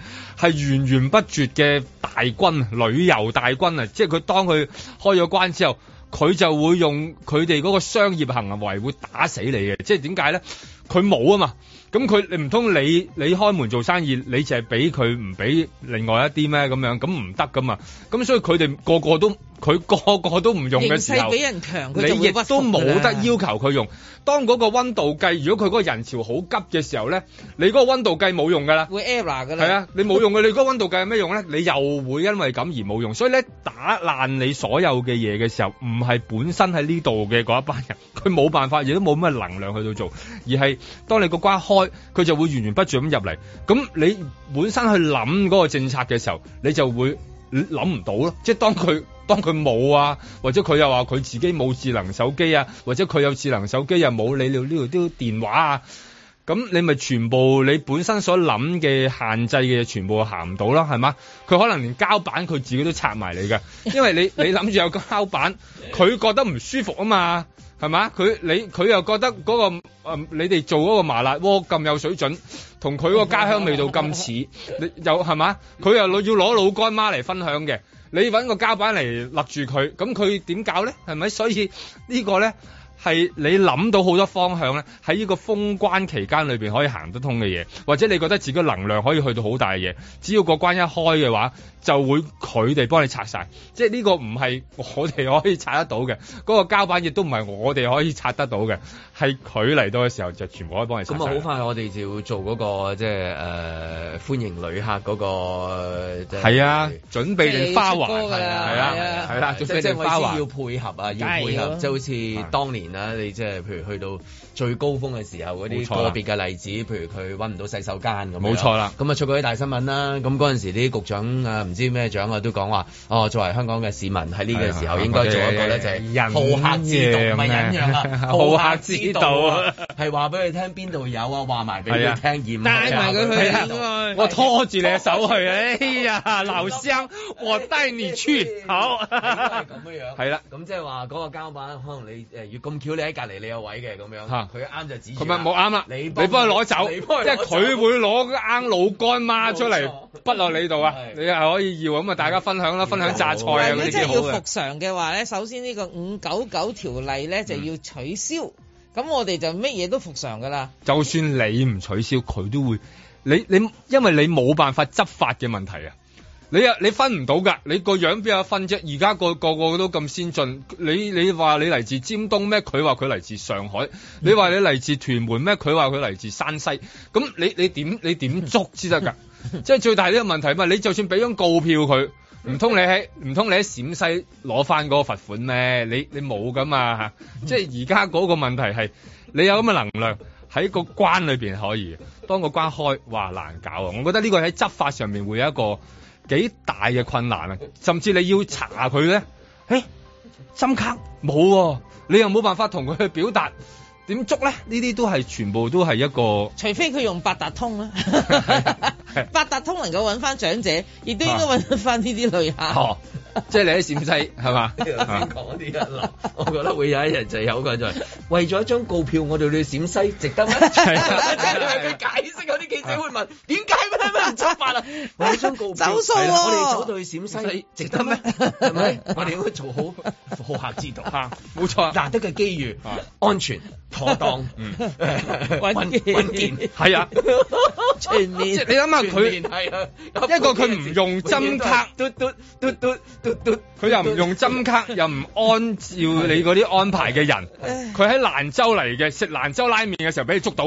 S6: 係源源不絕嘅大軍旅遊大軍啊！即係佢當佢開咗關之後。佢就會用佢哋嗰個商業行為會打死你嘅。即係點解咧？佢冇啊嘛，咁佢你唔通你你開門做生意，你就係俾佢唔俾另外一啲咩咁樣？咁唔得噶嘛。咁所以佢哋個個都佢 個個都唔用嘅時
S4: 形勢
S6: 候，
S4: 比人強佢就
S6: 你
S4: 會
S6: 亦
S4: 屈服
S6: 都冇
S4: 㗎啦
S6: 得要求佢用。當嗰個温度計，如果佢嗰個人潮好急嘅時候咧，你嗰個温度計冇用㗎啦。
S4: 會 error 㗎啦。
S6: 係啊，你冇用嘅，你嗰個温度計有咩用咧？你又會因為咁而冇用，所以咧打爛你所有嘅嘢嘅時候，唔係本身喺呢度嘅嗰一班人，佢冇辦法，亦都冇乜能量去到做，而係當你個瓜開，佢就會源源不絕咁入嚟。咁你本身去諗嗰個政策嘅時候，你就會諗唔到咯。即係當佢當佢冇啊，或者佢又話佢自己冇智能手機啊，或者佢有智能手機又冇你呢度啲電話啊。咁你咪全部你本身所諗嘅限制嘅嘢，全部行唔到啦，係嘛？佢可能連膠板佢自己都拆埋你㗎，因為你你諗住有個膠板，佢覺得唔舒服啊嘛，係嘛？佢你佢又覺得嗰、個、呃你哋做嗰個麻辣鍋咁有水準，同佢個家鄉味道咁似，你又係嘛？佢又攞要攞老乾媽嚟分享嘅，你揾個膠板嚟立住佢，咁佢點搞咧？係咪？所以呢個咧。係你諗到好多方向咧，喺呢個封關期間裏面可以行得通嘅嘢，或者你覺得自己能量可以去到好大嘅嘢，只要個關一開嘅話，就會佢哋幫你拆晒。即係呢個唔係我哋可以拆得到嘅，嗰、個膠板亦都唔係我哋可以拆得到嘅，係佢嚟到嘅時候就全部可以幫你拆
S2: 咁
S6: 晒。
S2: 啊，好快我哋就要做嗰、個即係誒歡迎旅客嗰、個即係
S6: 係啊準備定花環
S2: 係啊
S6: 係啊係啦
S2: 即
S6: 準
S2: 係
S6: 備
S2: 即係
S6: 定
S2: 我
S6: 花環
S2: 意思要配合啊，要配
S6: 梗係
S2: 合，
S6: 啦
S2: 即係好似當年啊，你即係譬如去到最高峰嘅時候嗰
S6: 冇
S2: 啲
S6: 錯啦
S2: 個別嘅例子，譬如佢揾唔到洗手間咁樣，
S6: 冇錯啦。
S2: 咁啊出過啲大新聞啦，咁嗰陣時啲局長啊唔知咩獎啊都講話，哦作為香港嘅市民喺呢個
S6: 啊
S2: 時候應該做一個咧就係好客之道，唔係忍讓 啊，好客之道啊，係話俾佢聽邊度有啊，話埋俾
S6: 係啊
S2: 佢聽，而唔係
S6: 帶埋佢去
S2: 話
S6: 啊
S2: 俾聽
S6: 我拖住你嘅 手去，哎呀，老鄉，我帶你去，好，係啦。
S2: 咁即係話嗰個膠板，可能你誒，如咁巧你喺隔離你有位嘅咁樣
S6: 嚇，
S2: 佢啱就指住
S6: 佢咪冇啱啦，
S2: 你
S6: 你幫佢攞走，
S2: 你
S6: 即
S2: 幫
S6: 係
S2: 攞走
S6: 佢會攞個啱老乾媽出嚟筆落你度啊！你係可以要咁啊，大家分享啦，分享榨菜啊
S4: 如
S6: 嗰
S4: 果
S6: 啲幾
S4: 真係
S6: 好
S4: 要
S6: 嘅
S4: 復。常嘅話咧，首先呢個五九九條例咧就要取消，
S6: 嗯
S4: 咁、我哋就乜嘢都復常噶啦。
S6: 就算你唔取消，佢都會你你，因為你冇辦法執法嘅問題啊！你啊，你分唔到㗎，你個樣邊有分啫？而家個個個都咁先進，你你話你嚟自尖東咩？佢話佢嚟自上海，你話你嚟自屯門咩？佢話佢嚟自山西，咁你你點你點捉先得㗎？即係最大呢個問題嘛！你就算俾張告票佢，唔通你喺唔通你喺陝西攞翻嗰個罰款咩？你你冇㗎嘛？即係而家嗰個問題係你有咁嘅能量。喺個關裏邊可以，當個關開，哇難搞啊！我覺得呢個喺執法上面會有一個幾大嘅困難啊，甚至你要查佢咧，誒針卡冇喎，你又冇辦法同佢去表達，點捉咧？呢啲都係全部都係一個
S4: 除非佢用八達通啦， 八達通能夠揾翻長者，亦都應該揾翻呢啲旅客。
S6: 啊哦，即係你喺陝西係嘛？啊
S2: 講啲人諗，我覺得會有一日就有個人就係為咗一張告票，我哋去陝西值得咩？即係佢解釋嗰啲記者會問點解咩咩唔執法啊？為咗張告票，
S7: 走數
S2: 係啦
S7: 喎
S2: 我哋走到去陝西值得咩？係咪？我哋應該做好好客之道，
S6: 啊 冇錯，
S2: 難得嘅機遇，
S6: 啊
S2: 安全妥 當，
S6: 嗯
S2: 穩穩健，
S6: 係啊，
S4: 全面
S6: 即係你諗下佢
S2: 全面係啊，
S6: 一個佢唔用針卡，
S2: 嘟嘟嘟嘟嘟嘟，
S6: 佢又唔用針卡，又唔按照你嗰啲安排嘅人，佢喺蘭州嚟嘅，食蘭州拉麵嘅時候俾你捉到，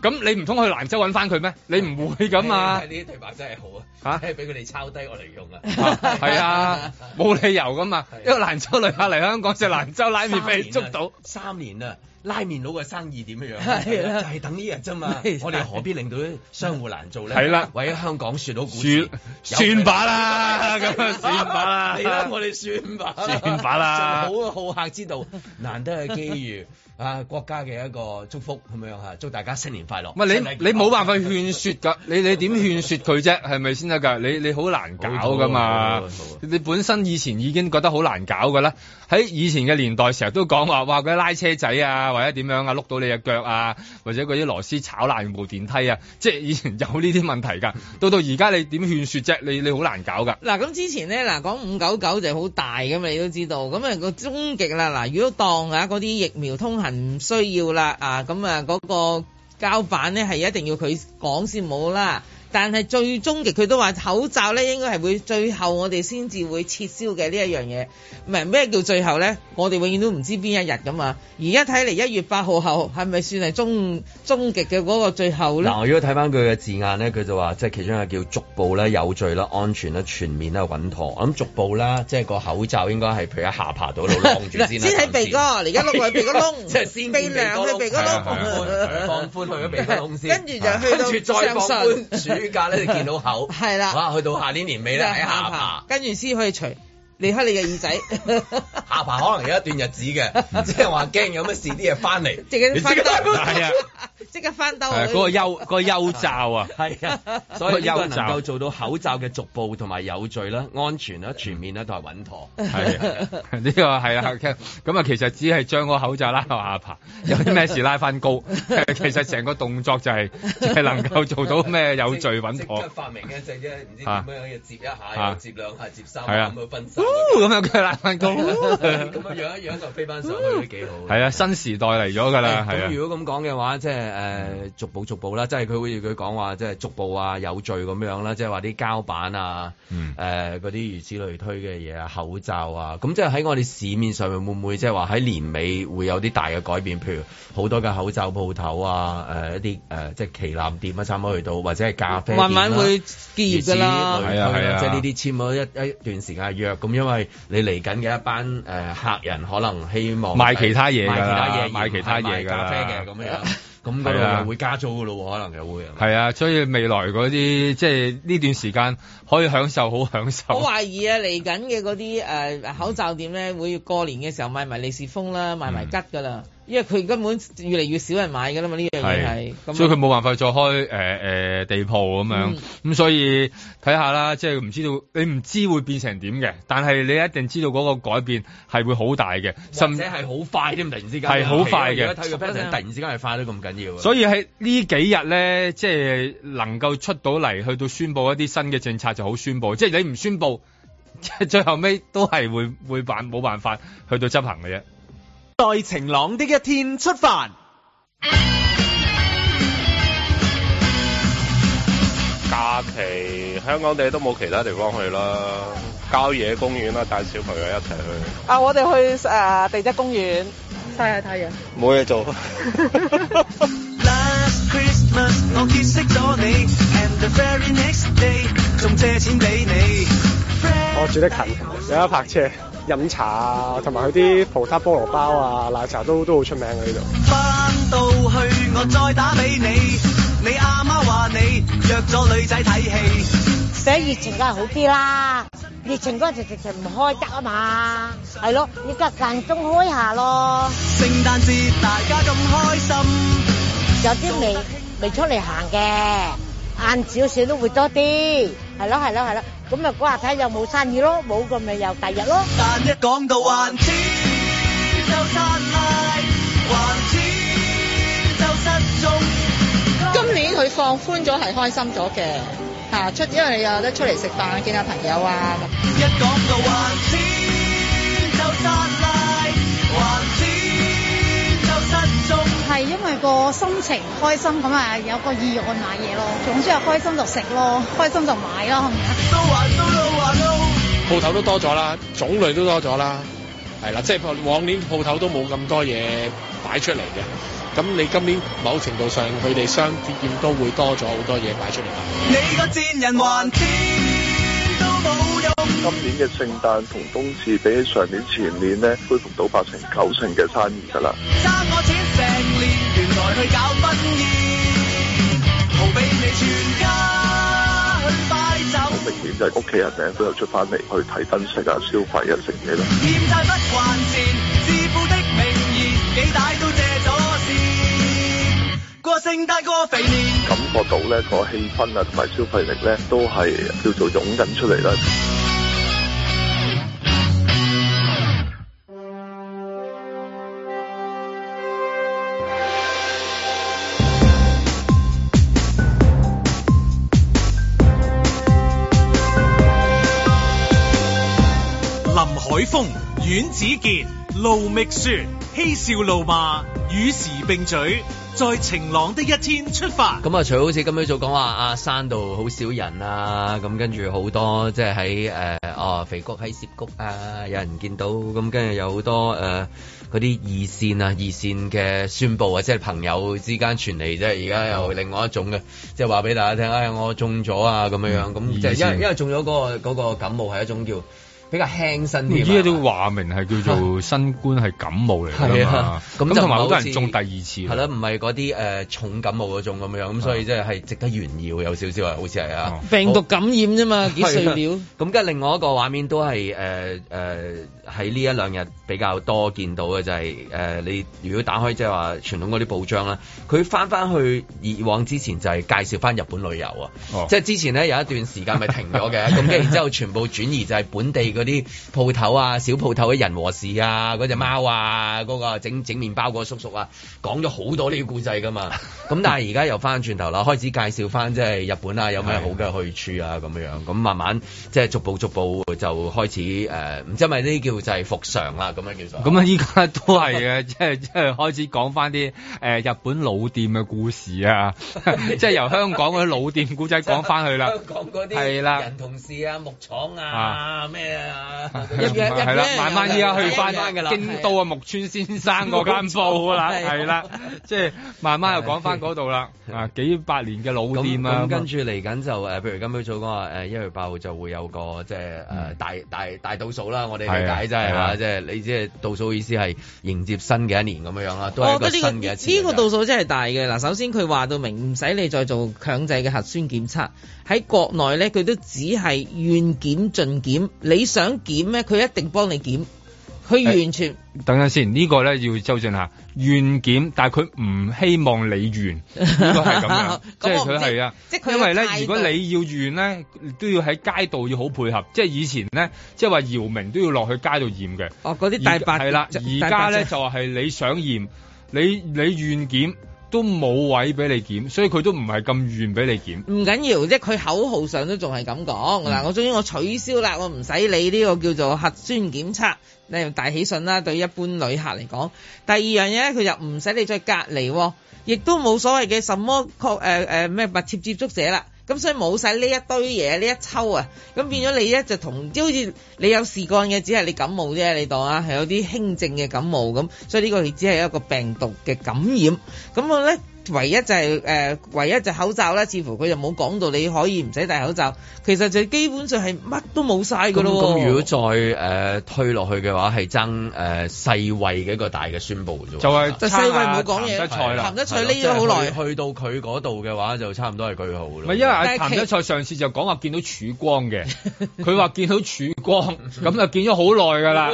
S6: 咁你唔通去蘭州揾翻佢咩？你唔會咁啊！
S2: 哎呢啲對白真係好
S6: 啊
S2: 啊！嚇，俾佢哋抄低我嚟用啊！
S6: 係啊，冇理由噶嘛，因為蘭州旅客嚟香港食蘭州拉麵俾你捉到，
S2: 三年啊，拉麵佬嘅生意點樣樣？
S6: 係啦
S2: 就係等呢日啫嘛
S6: 係啦。啊
S2: 我哋何必令到啲商戶難做咧？
S6: 係啦
S2: 為咗香港説到股
S6: 算
S2: 市，
S6: 算把啦，咁啊算把啦，
S2: 係啦，我哋算吧，
S6: 算吧啦
S2: 仲好 啊好客之道，難得嘅機遇啊！國家嘅一個祝福咁樣嚇，祝大家新年快快樂。
S6: 唔係你你冇辦法勸説㗎，你你點勸説佢啫？係咪先得㗎？你你好難搞㗎
S2: 好好好啊
S6: 嘛
S2: 好！
S6: 你本身以前已經覺得好難搞㗎啦，喺以前嘅年代成日都講話，哇嗰啲拉車仔啊，或者點樣啊，碌到你隻腳啊，或者嗰啲螺絲炒爛部電梯啊，即係以前有呢啲問題㗎。到到而家你點勸説啫？你你好難搞㗎。
S4: 嗱，咁之前咧，嗱講五九九就好大㗎嘛，你都知道。咁啊個終極啦，嗱，如果當啊嗰啲疫苗通行唔需要啦，啊咁啊嗰個膠板咧係一定要佢講先冇啦。但係最終極佢都話口罩咧應該係會最後我哋先至會撤銷嘅呢一樣嘢。唔係咩叫最後咧？我哋永遠都唔知邊一日㗎嘛。而家睇嚟一月八號後係咪算係終終極嘅嗰個最後咧？
S2: 嗱，我如果睇翻佢嘅字眼咧，佢就話即係其中一個叫逐步咧、有序啦、安全啦、全面啦、穩妥。我諗逐步啦，即係個口罩應該係譬如喺下巴度度晾 住先啦。
S4: 先喺鼻哥，而家碌落去鼻哥窿，
S2: 即係先
S4: 鼻梁去鼻哥窿，
S2: 啊放寬去咗鼻哥窿
S4: 跟
S2: 先，
S4: 住就去到
S2: 跟住再放
S4: 上唇
S2: 寬暑假咧，你見到口
S4: 係啊啦
S2: 哇，去到下年年尾啊咧喺下巴，
S4: 跟住先可以除離開你嘅耳仔，
S2: 下巴可能有一段日子嘅，即係話驚有乜事啲嘢翻嚟，
S4: 即刻
S2: 你
S4: 翻兜
S2: 係啊。，
S4: 即刻翻兜。
S6: 係嗰個憂嗰個憂罩啊，
S2: 係 啊，所以呢個能夠做到口罩嘅逐步同埋有序啦、安全啦、全面啦同埋穩妥。
S6: 嗯 係啊呢個係啊，咁啊，其實只係將個口罩拉到下巴，有啲咩事拉翻高。其實成個動作就係、就係能夠做到咩有序穩妥
S2: 即。刻發明一隻啫，唔知點
S6: 啊
S2: 樣嘅接一下，
S6: 啊
S2: 又接兩下，接三
S6: 係
S2: 下
S6: 啊
S2: 咁樣分散。
S6: 咁樣佢拉翻高。
S2: 咁樣樣一樣就飛翻上去都幾好。
S6: 係啊，新時代嚟咗㗎啦，係啊
S2: 咁。如果咁講嘅話，即係誒逐步逐步啦，即係佢好似佢講話，即係逐步啊有序咁樣啦，即係話啲膠板啊，
S6: 嗯
S2: 誒嗰啲如此類推嘅嘢啊，口罩啊，咁即係喺我哋市面上面會唔會即係話喺年尾會有啲大嘅改變？譬如好多嘅口罩鋪頭啊，誒、一啲誒、即係旗艦店啊，差唔多去到，或者係啊咖啡店啦
S4: 慢慢會結業㗎啦
S2: 如此類推
S4: 係啊係啊
S2: 即係呢啲簽咗一一段時間嘅約，咁因為你嚟緊嘅一班誒、客人可能希望
S6: 賣其他嘢
S2: 賣其
S6: 㗎
S2: 他
S6: 啦
S2: 嘢，，
S6: 賣其他嘢㗎
S2: 咖啡
S6: 啦
S2: 嘅。咁樣，咁嗰
S6: 係
S2: 度
S6: 啊
S2: 又會加租㗎咯喎，可能又會。
S6: 係啊，所以未來嗰啲即係呢段時間可以享受好享
S4: 我
S6: 受。
S4: 懷疑啊，嚟緊嘅嗰啲誒口罩店咧，會過年嘅時候賣埋利是封啦，賣埋吉㗎啦，因為佢根本越嚟越少人買㗎啦嘛，呢樣嘢係
S6: 係。，
S4: 咁啊
S6: 所以佢冇辦法再開誒誒、呃地鋪咁樣，咁、所以睇下啦，即係唔知道你唔知會變成點嘅，但係你一定知道嗰個改變係會好大嘅，甚
S2: 甚至係好快添，突然之間
S6: 係好快嘅
S2: 而家睇佢 p a 突然之間係快得咁緊要啊。
S6: 所以喺呢幾日咧，即係能夠出到嚟，去到宣佈一啲新嘅政策就好宣佈，即係你唔宣佈，即係 最後尾都係會會辦冇辦法去到執行嘅啫。
S5: 在晴朗的一天出發。
S15: 假期香港地都冇其他地方去啦，郊野公園啦，帶小朋友一齊去，
S16: 啊，我哋去誒、呃地質公園曬下太陽。
S15: 冇嘢做。
S7: Last Christmas 我結識咗你，and the very next day 仲借錢俾你。
S17: 我住得近，有得泊車、飲茶啊，同埋佢啲葡撻菠蘿包啊、奶茶都都好出名嘅呢度。
S7: 翻到去我再打俾你，你阿媽話你約咗女仔睇戲。
S18: 寫熱情梗係好啲啦，熱情嗰陣時直情唔開得啊嘛，係咯，你隔間中開下咯。聖誕節大家咁開心，有啲未未出嚟行嘅，晏少少都會多啲，係咯係咯係咯，咁咪嗰日睇有冇生意咯，冇咁咪又第日咯。
S7: 但一講到還錢就散賴，還錢就失蹤。
S19: 今年佢放寬咗係開心咗嘅，嚇、出因為你有得出嚟食飯，見下朋友啊咁。
S7: 一講到還錢就散賴，還錢就失蹤。
S20: 係因為個心情開心咁啊，有個意欲去買嘢咯。總之係開心就食咯，開心就買咯，係咪啊？
S21: 鋪頭都多咗啦，種類都多咗啦，係啦，即係往年鋪頭都冇咁多嘢擺出嚟嘅，咁你今年某程度上佢哋商店都會多咗好多嘢擺出嚟啦。
S7: 你個賤人還錢都冇用。
S22: 今年嘅聖誕同冬至比起上年前年咧，恢復到八成九成嘅生意㗎啦。
S7: 爭我錢成年，原來去搞婚宴，好俾你全家去擺
S22: 好
S7: 酒，
S22: 明顯就係屋企人咧都有出翻嚟去睇燈飾啊、消費啊、食嘢啦。
S7: 欠債不還錢，自負的名義幾大都借咗先。過聖性大過肥年。
S22: 感覺到呢個氣氛啊，同埋消費力呢，都係叫做湧緊出嚟啦。
S1: 林海峰、阮子健、盧覓雪，嬉笑怒罵，與時並舉，在晴朗的一天出發。
S2: 咁啊，除好似今朝早講話啊山度好少人啊，咁跟住好多即係喺誒哦肥谷喺涉谷啊，有人見到，咁跟住有好多誒嗰啲二線啊二線嘅宣佈啊，即係朋友之間傳嚟，即係而家有另外一種嘅，即係話俾大家聽，哎我中咗啊咁樣樣，咁即係因
S6: 二線
S2: 為因為中咗嗰個嗰個感冒係一種叫比較輕身
S6: 依
S2: 啲啊
S6: 家都話明係叫 做新冠係感冒嚟㗎
S21: 啊
S6: 嘛，咁
S2: 啊就
S6: 同埋好多
S2: 唔係好似
S6: 人中第二次
S2: 係啦，唔係嗰啲誒重感冒嗰種咁樣，咁所以即係係值得炫耀有少少啊，好似係
S6: 哦
S2: 啊。
S4: 病毒感染啫嘛，幾碎
S2: 係
S4: 料
S2: 啊。咁跟住另外一個畫面都係誒誒喺呢一兩日比較多見到嘅就係、呃你如果打開即係話傳統嗰啲報章啦，佢翻翻去以往之前就係介紹翻日本旅遊啊，
S6: 哦
S2: 即係之前咧有一段時間咪停咗 嘅，咁跟住然之後全部轉移就係本地嗰啲鋪頭啊、小鋪頭嘅人和事啊、嗰只貓啊、嗰、個整整麵包嗰個叔叔啊，講咗好多呢啲故仔噶 嘛。咁但係而家又翻轉頭啦，開始介紹翻即係日本啊有咩好嘅去處啊咁樣，咁慢慢即係逐步逐步就開始誒，呃唔、知係咪呢啲叫就係復常啦咁樣叫做。
S6: 咁啊，依家都係嘅， 即係即係開始講翻啲誒日本老店嘅故事啊， 即係由香港嗰啲老店古仔講 翻去啦。
S2: 香港嗰啲
S6: 係啦
S2: 人同事啊、木廠啊、咩 啊，
S6: 係啦，慢慢依家去翻
S2: 嘅啦，
S6: 京都啊木村先生嗰間鋪 啦，係啦，即係慢慢又講翻嗰度啦。啊，幾百年嘅老店啊，
S2: 咁跟住嚟緊就誒，譬如今朝早講呃話誒一月八號就會有個即係誒大大大倒數啦，我哋理解真係
S6: 嗯係啊係啊
S2: 嚇，即係你即係倒數意思係迎接新嘅一年咁樣樣啦，都係
S4: 我
S6: 哦
S2: 一個
S4: 覺得
S2: 新嘅一
S4: 呢個
S2: 次
S4: 呢
S2: 嚟
S4: 個
S2: 㗎
S4: 度數真係大嘅嗱。首先佢話到明唔使你再做強制嘅核酸檢測，喺國內咧佢都只係願檢盡檢，你想檢咧佢一定幫你檢，佢完全，
S6: 等陣先，呢個咧要修正下，願檢，但係佢唔希望你願，應該係咁樣即
S4: 咁
S6: 係
S4: 我唔
S6: 佢
S4: 知
S6: 係啊，
S4: 即係佢嘅
S6: 因為咧
S4: 態，
S6: 如果
S4: 度
S6: 你要願咧，都要喺街道要好配合，即係以前咧，即係話姚明都要落去街度驗嘅。
S4: 哦，嗰啲大白
S6: 係啦，
S4: 就
S6: 而
S4: 大
S6: 家
S4: 白
S6: 咧
S4: 就
S6: 就係你想驗，你你願檢都冇位俾你檢，所以佢都唔係咁願俾你檢。
S4: 唔緊要，即係佢口號上都仲係咁講嗱。我終於我取消啦，我唔使理呢個叫做核酸檢測，你大喜訊啦。對一般旅客嚟講，第二樣嘢咧，佢就唔使你再隔離喎，亦都冇所謂嘅什麼確誒誒咩密切接觸者啦。咁所以冇晒呢一堆嘢，呢一抽啊，咁變咗你咧就同即好似你有事幹嘅，只係你感冒啫，你當啊係有啲輕症嘅感冒咁，所以呢個佢只係一個病毒嘅感染。咁我咧唯一就係、呃唯一就口罩啦，似乎佢就冇講到你可以唔使戴口罩，其實就基本上係乜都冇晒
S2: 咁
S4: 噶咯喎。
S2: 咁如果再誒、呃推落去嘅話，係爭誒世衞嘅一個大嘅宣佈啫喎。
S6: 就係
S4: 就世衞冇講嘢
S6: 得菜啦，
S4: 譚德塞匿咗好耐
S2: 即係啊去去到佢嗰度嘅話，就差唔多係句號咯。
S6: 唔係因為阿
S2: 但係
S6: 譚
S2: 其
S6: 德塞上次就講話見到曙光 嘅，佢話見到曙光，咁就見咗好耐㗎啦。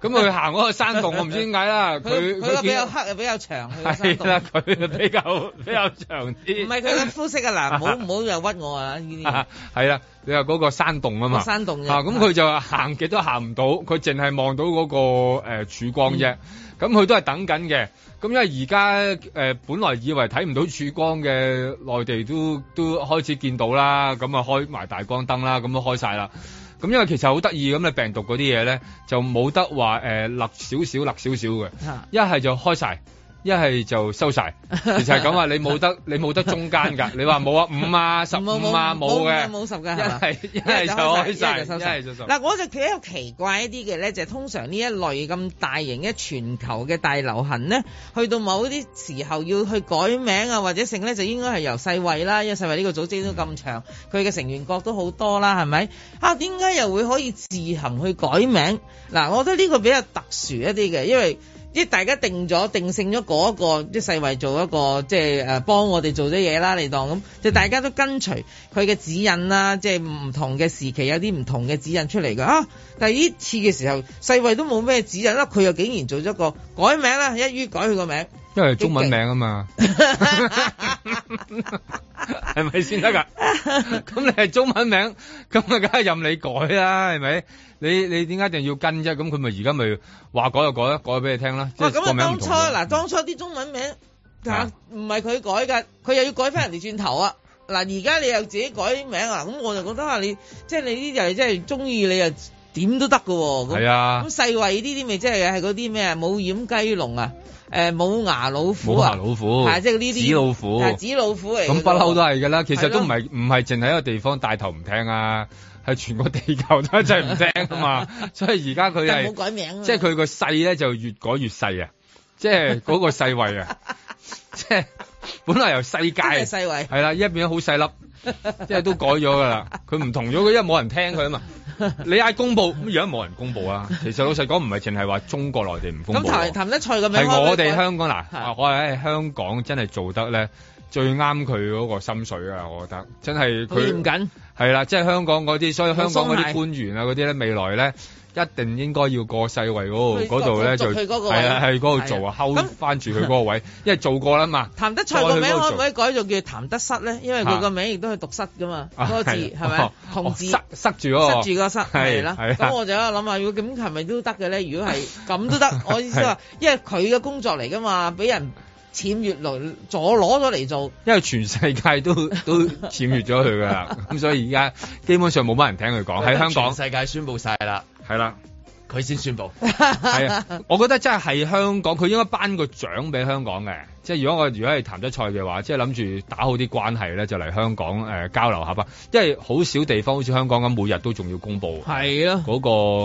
S6: 咁佢行嗰個山洞，我唔知點解啦。
S4: 佢
S6: 佢
S4: 佢個比
S6: 見
S4: 較黑又比較長，佢個山
S6: 係
S4: 洞
S6: 啦，佢比較 比較長啲。
S4: 唔係佢嘅膚色啊嗱，唔好唔好又屈我啊呢啲嘢。
S6: 係啦，你話嗰個山洞啊嘛，
S4: 個山洞嘅
S6: 啊，咁佢就行極都行唔到，佢淨係望到嗰、個誒曙、光
S4: 嗯
S6: 啫。咁佢都係等緊嘅。咁因為而家誒本來以為睇唔到曙光嘅內地都都開始見到啦，咁啊開埋大光燈啦，咁都開晒啦。咁因為其實好得意咁，你病毒嗰啲嘢咧就冇得話誒勒少少勒少少嘅，
S4: 啊
S6: 一係就開晒，一係就收晒。其實係咁啊，你 冇得你冇得中間㗎。你話冇啊五啊十
S4: 冇
S6: 五啊冇嘅，
S4: 冇十㗎，
S6: 一係 一係就開晒，一係就收晒。
S4: 嗱，我就比較奇怪一啲嘅咧，就係通常呢一類咁大型嘅全球嘅大流行咧，去到某啲時候要去改名啊或者剩咧，就應該係由世衛啦，因為世衛呢個組織都咁長，佢嘅成員國都好多啦，係咪？啊，點解又會可以自行去改名？嗱，我覺得呢個比較特殊一啲嘅，因為即係大家定咗定性咗嗰、個，即係世衞做一個即係誒幫我哋做咗嘢啦，你當咁，就大家都跟隨佢嘅指引啦，即係唔同嘅時期有啲唔同嘅指引出嚟㗎啊！但係呢次嘅時候，世衞都冇咩指引啦，佢又竟然做咗個改名啦，一於改佢個名。
S6: 因為中文名 啊嘛，係咪先 得㗎？咁你係中文名，咁啊梗係任你改啦，係咪？你你點解一定要跟啫？咁佢咪而家咪話改就改啦，改俾你聽啦，即
S4: 哇！
S6: 係
S4: 咁
S6: 個
S4: 啊，
S6: 名唔
S4: 當
S6: 同
S4: 初
S6: 咗。
S4: 嗱，當初啲中文名嗱
S6: 啊
S4: 唔係佢改㗎，佢又要改翻人哋轉頭啊！嗱，而家你又自己改名啊，咁我就覺得啊，你即係你呢啲又真係中意你又點都得㗎喎。咁
S6: 係啊
S4: 咁世衛呢啲咪即係係嗰啲咩啊？冇掩雞籠啊，誒冇牙老虎
S6: 冇
S4: 啊，
S6: 牙老虎，
S4: 係即係呢啲
S6: 紙老虎，
S4: 係紙老虎嚟㗎喎。
S6: 咁不嬲都係㗎啦。其實都唔
S4: 係
S6: 係唔係淨係一個地方帶頭唔聽啊，係全個地球都一齊唔聽啊嘛。所以而家佢
S4: 但
S6: 係
S4: 冇改名啊
S6: 即係佢個勢咧就越改越細啊，即係嗰個世位啊，即係本來由世界
S4: 真係世位
S6: 係啦，一變咗好細粒，即係都改咗㗎啦。佢唔同咗，佢因為冇人聽佢啊嘛。你嗌公佈，咁而家冇人公佈啊。其實老實講，唔係淨係話中國內地唔公
S4: 咁
S6: 佈
S4: 譚
S6: 喎。
S4: 譚德賽個名
S6: 係我
S4: 可唔可以
S6: 哋
S4: 改
S6: 香港嗱，我係喺香港真係做得咧最啱佢嗰個心水啊！我覺得真係
S4: 好嚴
S6: 佢
S4: 謹
S6: 係啦，即係香港嗰啲，所以香港嗰
S4: 好鬆懈
S6: 啲官員啊嗰啲咧，未來咧一定應該要過世衛嗰
S4: 去
S6: 度嗰度咧
S4: 捉
S6: 就
S4: 捉佢嗰個位
S6: 係啦，喺嗰度
S4: 係
S6: 做
S4: 啊
S6: 啊，睺翻住 佢嗰個位，因為做過啦嘛。
S4: 譚德賽個名
S6: 再去嗰度
S4: 可
S6: 做
S4: 唔可以改做叫譚德室咧？因為佢個名亦都係讀室噶嘛，
S6: 啊
S4: 嗰個字
S6: 係
S4: 係咪
S6: 哦
S4: 同字
S6: 哦塞塞住嗰個
S4: 塞住個塞
S6: 係
S4: 係啦。
S6: 係啦啊
S4: 咁我就喺度諗下，啊如果咁係咪都得嘅咧？如果係咁都得，我意思 話，因為佢嘅工作嚟噶嘛，俾人僭越來左攞咗嚟做。
S6: 因為全世界都都僭越咗佢噶啦，咁所以而家基本上冇乜人聽佢講喺香港。
S2: 世界宣布晒啦，
S6: 係啦，
S2: 佢先宣布。
S6: 係 啊，我覺得真係係香港，佢應該頒個獎俾香港嘅。即係如果我如果係譚德賽嘅話，即係諗住打好啲關係咧，就嚟香港誒、呃交流下吧。因為好少地方好似香港咁，每日都仲要公布
S4: 係咯
S6: 嗰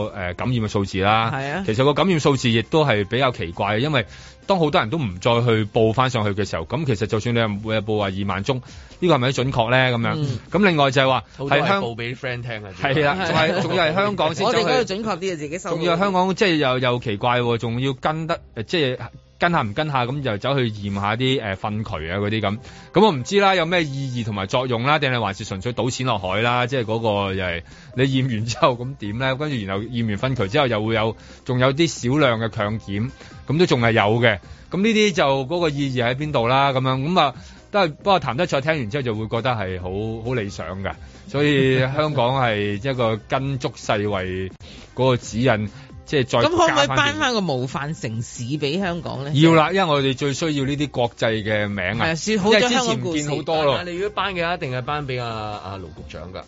S6: 個、呃、感染嘅數字啦。
S4: 係啊
S6: 其實個感染數字亦都係比較奇怪嘅，因為當好多人都唔再去報翻上去嘅時候，咁其實就算你係每日報話二萬宗，呢個係咪準確咧？咁樣
S2: 嗯
S6: 咁、另外就係話
S2: 好多係
S6: 係香
S2: 報俾 friend 聽啊，
S6: 係啦，仲係仲要係香港先
S4: 我哋
S6: 走去
S4: 嗰度準確啲啊，自己收到。
S6: 仲要香港即係又又奇怪喎，仲要跟得誒即係跟下唔跟下咁就走去驗下啲誒糞渠啊嗰啲咁，咁我唔知啦，有咩意義同埋作用啦，定係還是純粹賭錢落海啦？即係嗰個又係你驗完之後咁點咧？跟住然後驗完糞渠之後又會有仲有啲少量嘅強檢，咁都仲係有嘅。咁呢啲就嗰個意義喺邊度啦？咁樣咁啊，都係不過譚德賽聽完之後就會覺得係好好理想㗎，所 以香港係一個跟足世衛嗰個指引，即係再
S4: 咁可唔可以
S6: 加
S4: 頒
S6: 翻
S4: 翻個模範城市俾香港咧？
S6: 啲要啦，因為我哋最需要呢啲國際嘅名啊，
S4: 係啊
S6: 因
S4: 好
S6: 為
S4: 多
S6: 之
S4: 香港
S6: 前唔
S4: 故事
S6: 見好多咯
S2: 但。係你如果頒嘅一定係頒俾阿阿啊盧局長㗎。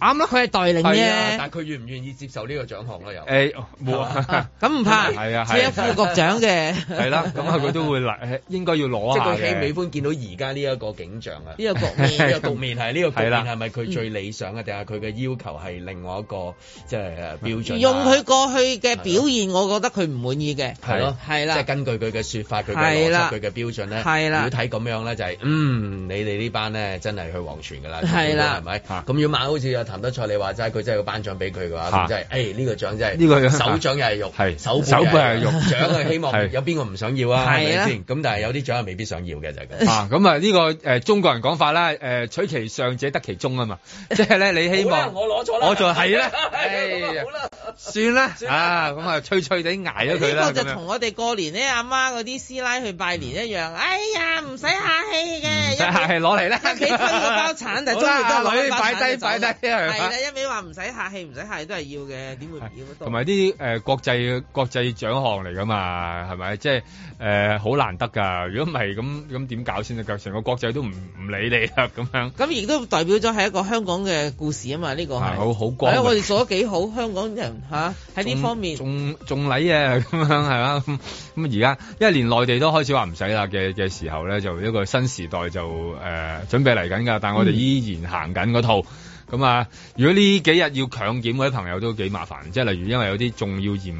S4: 啱啦，佢係代領
S2: 係啊，
S4: 啫
S2: 但。係佢願唔願意接受呢個獎項咧？又
S6: 誒冇 啊，
S4: 咁唔怕，
S6: 係啊，
S4: 只有
S6: 係
S4: 副局長嘅。
S6: 係啦，咁啊佢都會嚟，應該要攞
S2: 即係
S6: 下
S2: 佢喜唔喜
S6: 嘅。
S2: 歡見到而家呢一個景象啊？
S4: 呢個局 面
S2: 呢個局面係呢個局
S6: 係
S2: 面
S6: 啦
S2: 係咪佢最理想啊？定係佢嘅要求係另外一個即係誒標準啊？
S4: 用佢過去嘅表現，我覺得佢唔滿意嘅。
S2: 係咯，
S4: 係啦
S2: 即係根據佢嘅説法、佢嘅
S4: 係
S2: 邏
S4: 啦
S2: 輯、佢嘅標準咧，
S4: 係啦
S2: 如果睇咁樣咧，就係嗯，你哋呢班咧真係去黃泉㗎啦，
S4: 係啦
S2: 係咪？咁要晚好似阿譚德賽你話齋，佢真係要頒獎俾佢嘅話，
S6: 嚇
S2: 咁真係誒呢個獎真係
S6: 呢個
S2: 手掌又係肉，
S6: 係
S2: 手
S6: 手背
S2: 背
S6: 又係肉
S2: 獎係希望
S6: 係
S2: 有邊個唔想要啊？係
S6: 係啦
S2: 咪先？咁但係有啲獎係未必想要嘅就係 咁。
S6: 啊，咁啊呢個誒、中國人講法啦，誒、取其上者得其中 啊嘛，即係咧你希望
S2: 我攞咗啦，
S6: 我就係咧，
S2: 係啊好啦，
S6: 算啦啊，咁啊脆脆地捱咗佢啦
S4: 呢個
S6: 咁
S4: 就
S6: 樣
S4: 同。我哋過年咧，阿媽嗰啲師奶去拜年一樣。哎呀，唔使客氣嘅，
S6: 唔使客氣攞嚟啦
S4: 一味推個包鏟，但係中
S6: 好啦
S4: 意都
S6: 阿
S4: 係攞
S6: 女
S4: 包
S6: 擺
S4: 鏟
S6: 低
S4: 就走啦
S6: 擺低 係啊嘛
S4: 係啦，一味話唔使客氣，唔使客氣都係要嘅，點會唔要得多
S6: 同埋啲誒國際國際獎項嚟噶嘛，係咪？即係誒好難得㗎。如果唔係咁咁點搞先得？成個國際都唔唔理你啦咁樣。
S4: 咁亦都代表咗係一個香港嘅故事啊嘛，呢個係
S6: 係好好光
S4: 係啊
S6: 榮
S4: 我哋做得幾好，香港人吓喺呢方面。
S6: 仲仲禮啊咁樣係嘛？咁咁而家因為連內地都開始話唔使啦嘅嘅時候咧，就一個新時代就誒、呃、準備嚟緊㗎，但係
S4: 嗯
S6: 我哋依然行緊嗰套。咁啊，如果呢幾日要強檢嗰啲朋友都幾麻煩，即係例如因為有啲仲要驗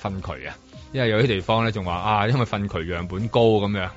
S6: 誒糞渠啊，因為有啲地方咧仲話啊，因為糞渠樣本高咁樣，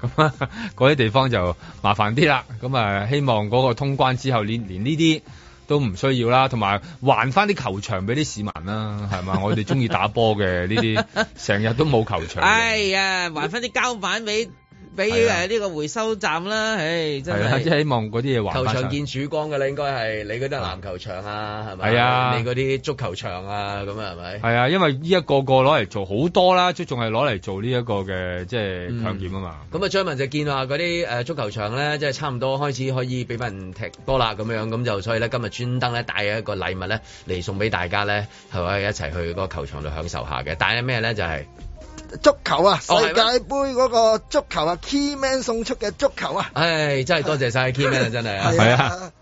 S6: 咁啊嗰啲地方就麻煩啲啦。咁啊，希望嗰個通關之後，連連呢啲都唔需要啦，同埋還翻啲球場俾啲市民啦，係嘛？我哋中意打波嘅呢啲，成日都冇球場嘅。啊
S4: 哎呀，還翻啲膠板俾俾誒呢個回收站啦，唉，真
S6: 係啦，啊即
S4: 係。
S6: 係希望嗰啲嘢還
S2: 球
S6: 翻
S2: 場
S6: 上。
S2: 見曙光嘅啦，應該係你嗰啲籃球場啊，係咪？
S6: 係啊
S2: 你嗰啲足球場啊，咁啊，係咪？
S6: 係啊，因為依一個個攞嚟做好多啦，都仲係攞嚟做呢一個嘅即係強檢啊嘛。
S2: 咁啊，張文就見話嗰啲誒足球場咧，即係差唔多開始可以俾人踢波啦，咁樣咁就所以咧，今日專登咧帶一個禮物咧嚟送俾大家咧，係可以一齊去嗰個球場度享受下嘅。帶咗咩咧？就係、
S8: 足球啊，世
S2: 哦係咩
S8: 界盃嗰個足球啊，Keyman 送出嘅足球啊，
S2: 唉，真係多謝晒 Keyman 啊，真 係
S8: 係啊，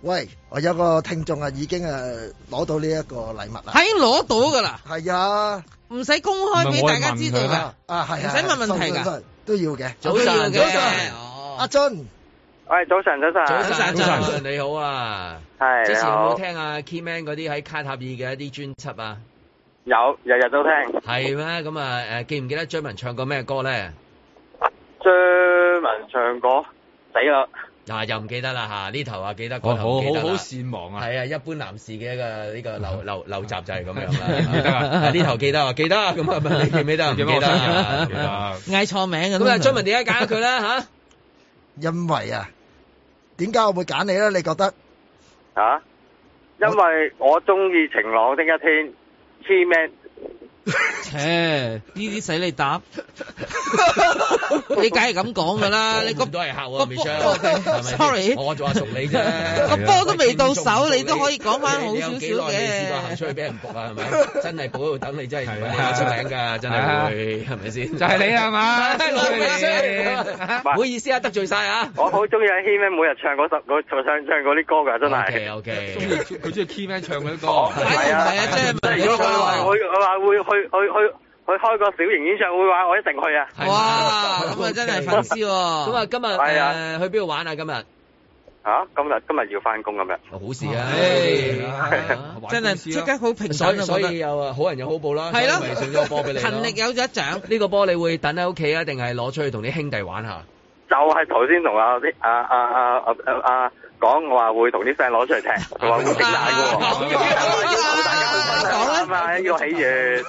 S8: 喂，我有個聽眾啊，已經誒攞到呢一個禮物啦，
S4: 係已經攞到㗎啦，
S8: 係啊，
S4: 唔使公開俾大家知道㗎，
S8: 啊，啊係啊，
S4: 唔使問問題
S8: 送
S4: 㗎
S8: 信。都要嘅，
S4: 早晨
S8: 都要嘅
S4: 早晨，哦
S8: 阿俊，
S10: 喂，早晨，啊早晨，
S2: 早晨，早晨，你好啊！
S10: 係
S2: 之前有
S10: 你
S2: 冇
S10: 好
S2: 聽啊 Keyman 嗰啲喺卡塔爾嘅一啲專輯啊？
S10: 有日日都聽。
S2: 係咩？咁啊誒，記唔記得張文唱過咩歌咧？
S10: 張文唱歌死啦，
S2: 嗱，啊又唔記得啦嚇，呢頭啊記得，
S6: 哦
S2: 嗰頭唔記得
S6: 好好
S2: 啦
S6: 好善忘啊
S2: 係啊，一般男士嘅一個呢個 流流流習就係咁樣
S6: 唔記得
S2: 啦。
S6: 啊
S2: 呢頭記得啊，記得啊，咁啊，你記唔記得啊？唔記得啊
S6: 記得啊
S4: 嗌錯名㗎。
S2: 咁啊，張文點解揀咗佢咧嚇？
S8: 因為啊，點解我會揀你咧？你覺得？
S10: 啊！因為我中意晴朗的一天，Key Man
S4: 切，呢啲使你答，你梗係咁講㗎啦，你個
S2: 都係客喎
S4: 個
S2: Michelle，係咪先
S4: sorry
S2: 我就話熟你啫，
S4: 個波都未到手，
S2: 喂
S4: 你都可以講翻好
S2: 你
S4: 少
S2: 有
S4: 少
S2: 幾耐未試過行
S4: 嘅。
S2: 出去俾人仆 啊？係咪？真係仆喺度等你，真係唔係你攞出名㗎，真係會係咪先？
S10: 就係你
S2: 係
S10: 啦嘛
S2: 攞名先， 唔好意思啊，得罪晒啊！
S10: 我好中意喺 Key Man 每日唱嗰首嗰唱唱嗰啲歌㗎，真係。
S2: O K
S6: 佢中意 Key Man 唱嗰啲歌。
S10: 係啊，即係 如果佢話會，佢話會去去去去開個小型演唱會嘅話，我一定去啊！
S4: 哇！咁啊真係粉絲喎。
S2: 咁啊，今日
S10: 係
S2: 誒
S10: 啊
S2: 去邊度玩啊？今日？
S10: 啊，今日今日要翻工咁樣。
S2: 好事啊！
S4: 真係即刻好平
S2: 所以
S4: 等啊
S2: 所
S4: 覺
S2: 以
S4: 得
S2: 有啊，好人有好報啦，
S4: 係咯
S2: 所以咪送咗個波俾你咯
S4: 勤力有咗一獎。
S2: 呢個波你會等喺屋企啊，定係攞出去同啲兄弟玩下？
S10: 就係頭先同阿啲阿阿阿阿阿阿講，我話會同啲 friend 攞出嚟踢，佢話會整大
S4: À,
S10: 嘅 喎。大家好開心啊！呢個喜悦，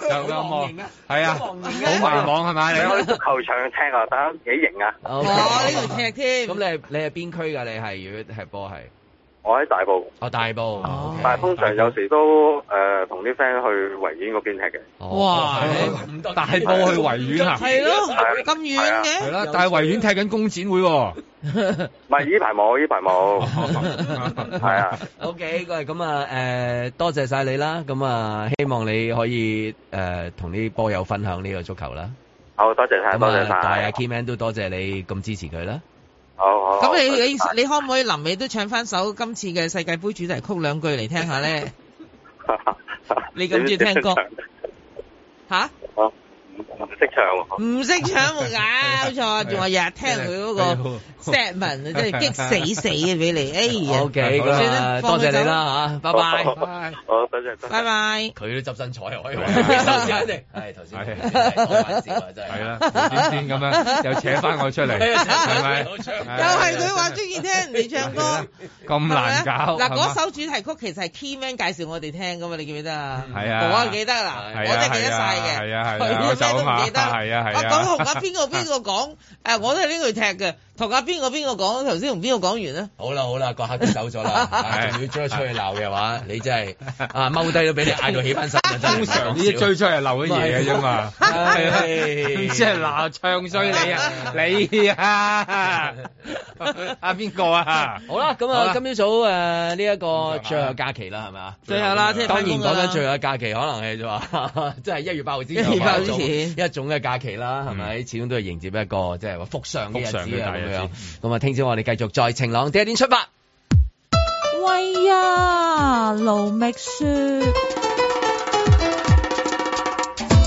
S6: 係啊，好迷惘係咪？
S10: 喺我啲
S6: 你
S10: 足球場踢啊，打幾型啊！
S2: 哦，
S4: 呢度踢添。
S2: 咁你係你係邊區㗎？你係如果踢波係？
S10: 我喺大埔，
S2: 哦大埔，
S10: 但係通常有時都誒同啲 friend 去維園嗰邊踢嘅。
S2: 哦
S6: 哇！大波去維園
S2: 啊
S6: 行，
S4: 係咯
S10: 係，
S4: 咁遠嘅。
S6: 係啦，但係維園踢緊工展會喎。
S10: 唔係呢排冇，呢排冇。係啊，
S2: O K，喂，咁啊，誒、多謝晒你啦，咁啊，希望你可以誒同啲波友分享呢個足球啦。
S10: 好多謝晒，
S2: 咁
S10: 多
S2: 啊
S10: 謝，
S2: 但係阿
S10: 晒。
S2: Keyman 都多謝你咁支持佢啦。
S10: 好好。
S4: 咁你你你可唔可以臨尾都唱翻首今次嘅世界盃主題曲兩句嚟聽下咧？你咁中意聽歌吓？
S10: 我唔識唱嗯喎。
S4: 唔識唱冇 搞
S6: 啊
S4: 錯，仲話日日聽佢嗰個 statement，真係激死死啊！俾你，哎 呀
S2: OK，咁
S4: 算
S2: 啊，
S4: 啦
S2: 多
S4: 放佢
S2: 謝
S4: 走
S2: 你啦嚇，拜拜。
S10: 好，多謝，
S4: 拜拜。
S2: 佢都執身彩可以話，首先肯定係頭先開玩笑啊，真係。
S6: 係啦，點點咁樣又扯翻我出嚟，係咪？
S4: 又
S6: 啊
S4: 係佢話中意聽人哋唱歌，啊
S6: 咁難啊搞。
S4: 嗱，嗰
S6: 係嘛
S4: 首主題曲其實係 Keyman 介紹我哋聽噶嘛，你記唔記得啊？
S6: 係啊
S4: 我記得啦，
S6: 係啊
S4: 我真係記得晒嘅。
S6: 係啊係啊
S4: 佢
S6: 係啊
S4: 咩都唔記得。
S6: 係啊係啊
S4: 我講同阿邊個邊個 講，誒我都係呢句踢嘅，同阿邊個邊個講，頭先同邊個講完咧？
S2: 好啦好啦，個客都走咗啦，啊仲要追出去鬧嘅話，你真係啊踎低都俾你嗌到起翻身啊！真係
S6: 通常呢啲追出嚟漏咗嘢嘅啫嘛，
S2: 唉
S6: 即係鬧唱衰你啊，你啊，啊邊個啊？
S2: 好啦，咁
S6: 好
S2: 啊，
S6: 啦
S2: 今朝早誒呢一個最後假期啦，係咪啊？
S4: 最後啦聽日
S2: 當
S4: 返
S2: 然
S4: 工㗎
S2: 講
S4: 啦
S2: 緊最後假期，可能係就話 即係一月八號之前，
S4: 一月八號之
S2: 前一種嘅假期啦，係咪？始終都係迎接一個即係話復上嘅日
S6: 復常
S2: 子
S6: 嘅
S2: 啊
S6: 大日
S2: 咁
S6: 子
S2: 樣。咁啊，聽朝我哋繼續在晴朗的一天出發。
S7: 喂呀，盧覓雪。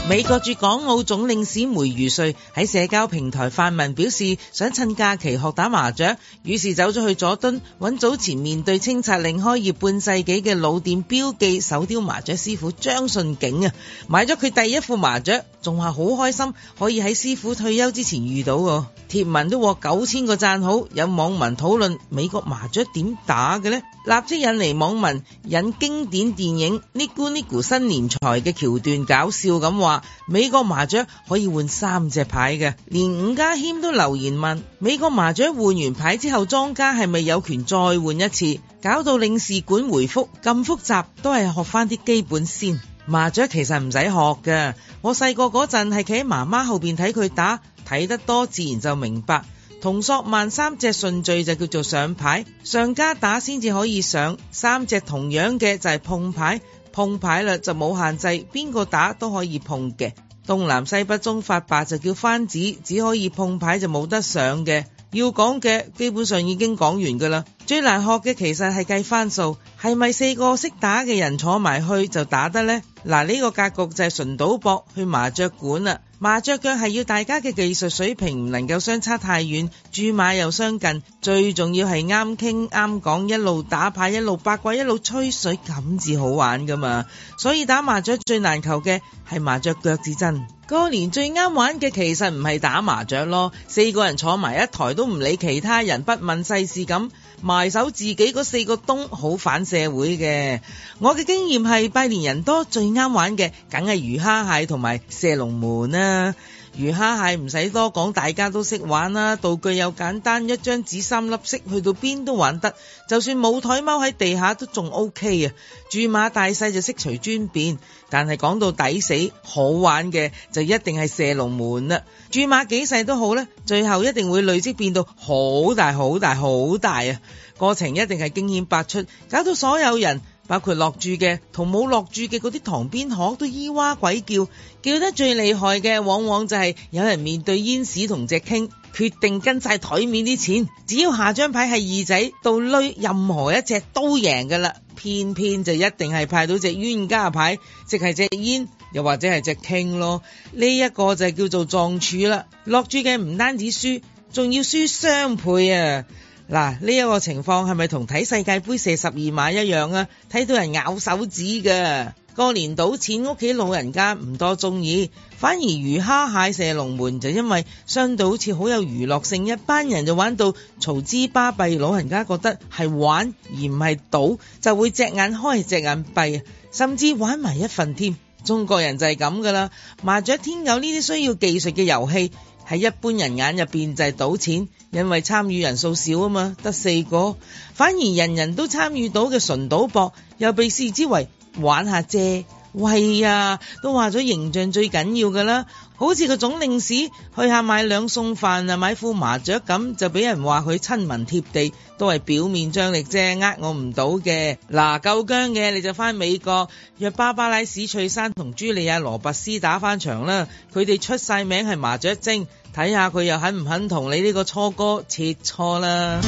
S4: 美國駐港澳總領事梅如瑞喺社交平台發文表示想趁假期學打麻雀，於是走咗去佐敦揾早前面對清拆令開業半世紀嘅老店標記手雕麻雀師傅張順景啊，買咗佢第一副麻雀，仲話好開心可以喺師傅退休之前遇到喎。貼文都獲九千個讚好，有網民討論美國麻雀點打嘅呢？立即引嚟網民引經典電影《呢咕呢咕新年財》嘅橋段搞笑咁話：美國麻雀可以換三隻牌嘅，連伍家謙都留言問：美國麻雀換完牌之後，莊家係咪有權再換一次？搞到領事館回覆咁複雜，都係學翻啲基本先。麻雀其實唔使學嘅，我細個嗰陣係企喺媽媽後邊睇佢打，睇得多自然就明白。同索萬三隻順序就叫做上牌，上家打先至可以上；三隻同樣嘅就係碰牌，碰牌啦就冇限制，邊個打都可以碰嘅。東南西北中發白就叫番子，只可以碰牌就冇得上嘅。要講嘅基本上已經講完㗎啦。最難學嘅其實係計番數，係咪四個識打嘅人坐埋去就打得呢？嗱，呢個格局就係純賭博去麻雀館啦。麻雀腳係要大家嘅技術水平唔能夠相差太遠，注碼又相近，最重要係啱傾啱講，一路打牌一路八卦一路吹水，咁至好玩㗎嘛。所以打麻雀最難求嘅係麻雀腳至真。過年最啱玩嘅其實唔係打麻雀咯，四個人坐埋一台都唔理其他人，不問世事咁埋手自己嗰四個東，好反社會嘅。我嘅經驗係拜年人多最啱玩嘅，梗係魚蝦蟹同埋射龍門啦、魚蝦啊蟹唔使多講，大家都識玩啦。道具又簡單，一張紙三粒色，去到邊都玩得。就算冇台踎喺地下都仲 OK 啊！注碼大細就悉隨尊便，但係講到抵死好玩嘅就一定係射龍門啦。注碼幾細都好咧，最後一定會累積變到好大好大好大啊！過程一定係驚險百出，搞到所有人。包括落注嘅同冇落注嘅嗰啲塘邊鶴都咿哇鬼叫，叫得最厲害嘅往往就係有人面對煙屎同隻傾，決定跟晒台面啲錢，只要下張牌係二仔到擂，任何一隻都贏㗎啦。偏偏就一定係派到隻冤家牌，即係隻煙，又或者係隻傾咯。呢、一個就叫做撞柱啦。落注嘅唔單止輸，仲要輸雙倍啊！嗱，呢一個情況係咪同睇世界盃射十二碼一樣啊？睇到人咬手指㗎。過年賭錢，屋企老人家唔多中意，反而魚蝦蟹射龍門就因為相對好似好有娛樂性，一班人就玩到嘈之巴閉，老人家覺得係玩而唔係賭，就會隻眼開隻眼閉，甚至玩埋一份添。中國人就係咁噶啦，麻雀天九呢啲需要技術嘅遊戲。喺一般人眼入邊就係賭錢，因為參與人數少啊嘛，得四個，反而人人都參與到嘅純賭博，又被視之為玩下啫。喂呀，都話咗形象最緊要㗎啦，好似個總領事去下買兩餸飯啊，買副麻雀咁，就俾人話佢親民貼地，都係表面張力啫，呃我唔到嘅。嗱，夠薑嘅你就返美國約巴巴拉史翠珊同茱莉亞羅拔斯打返場啦，佢哋出晒名係麻雀精，睇下佢又肯唔肯同你呢個初哥切磋啦。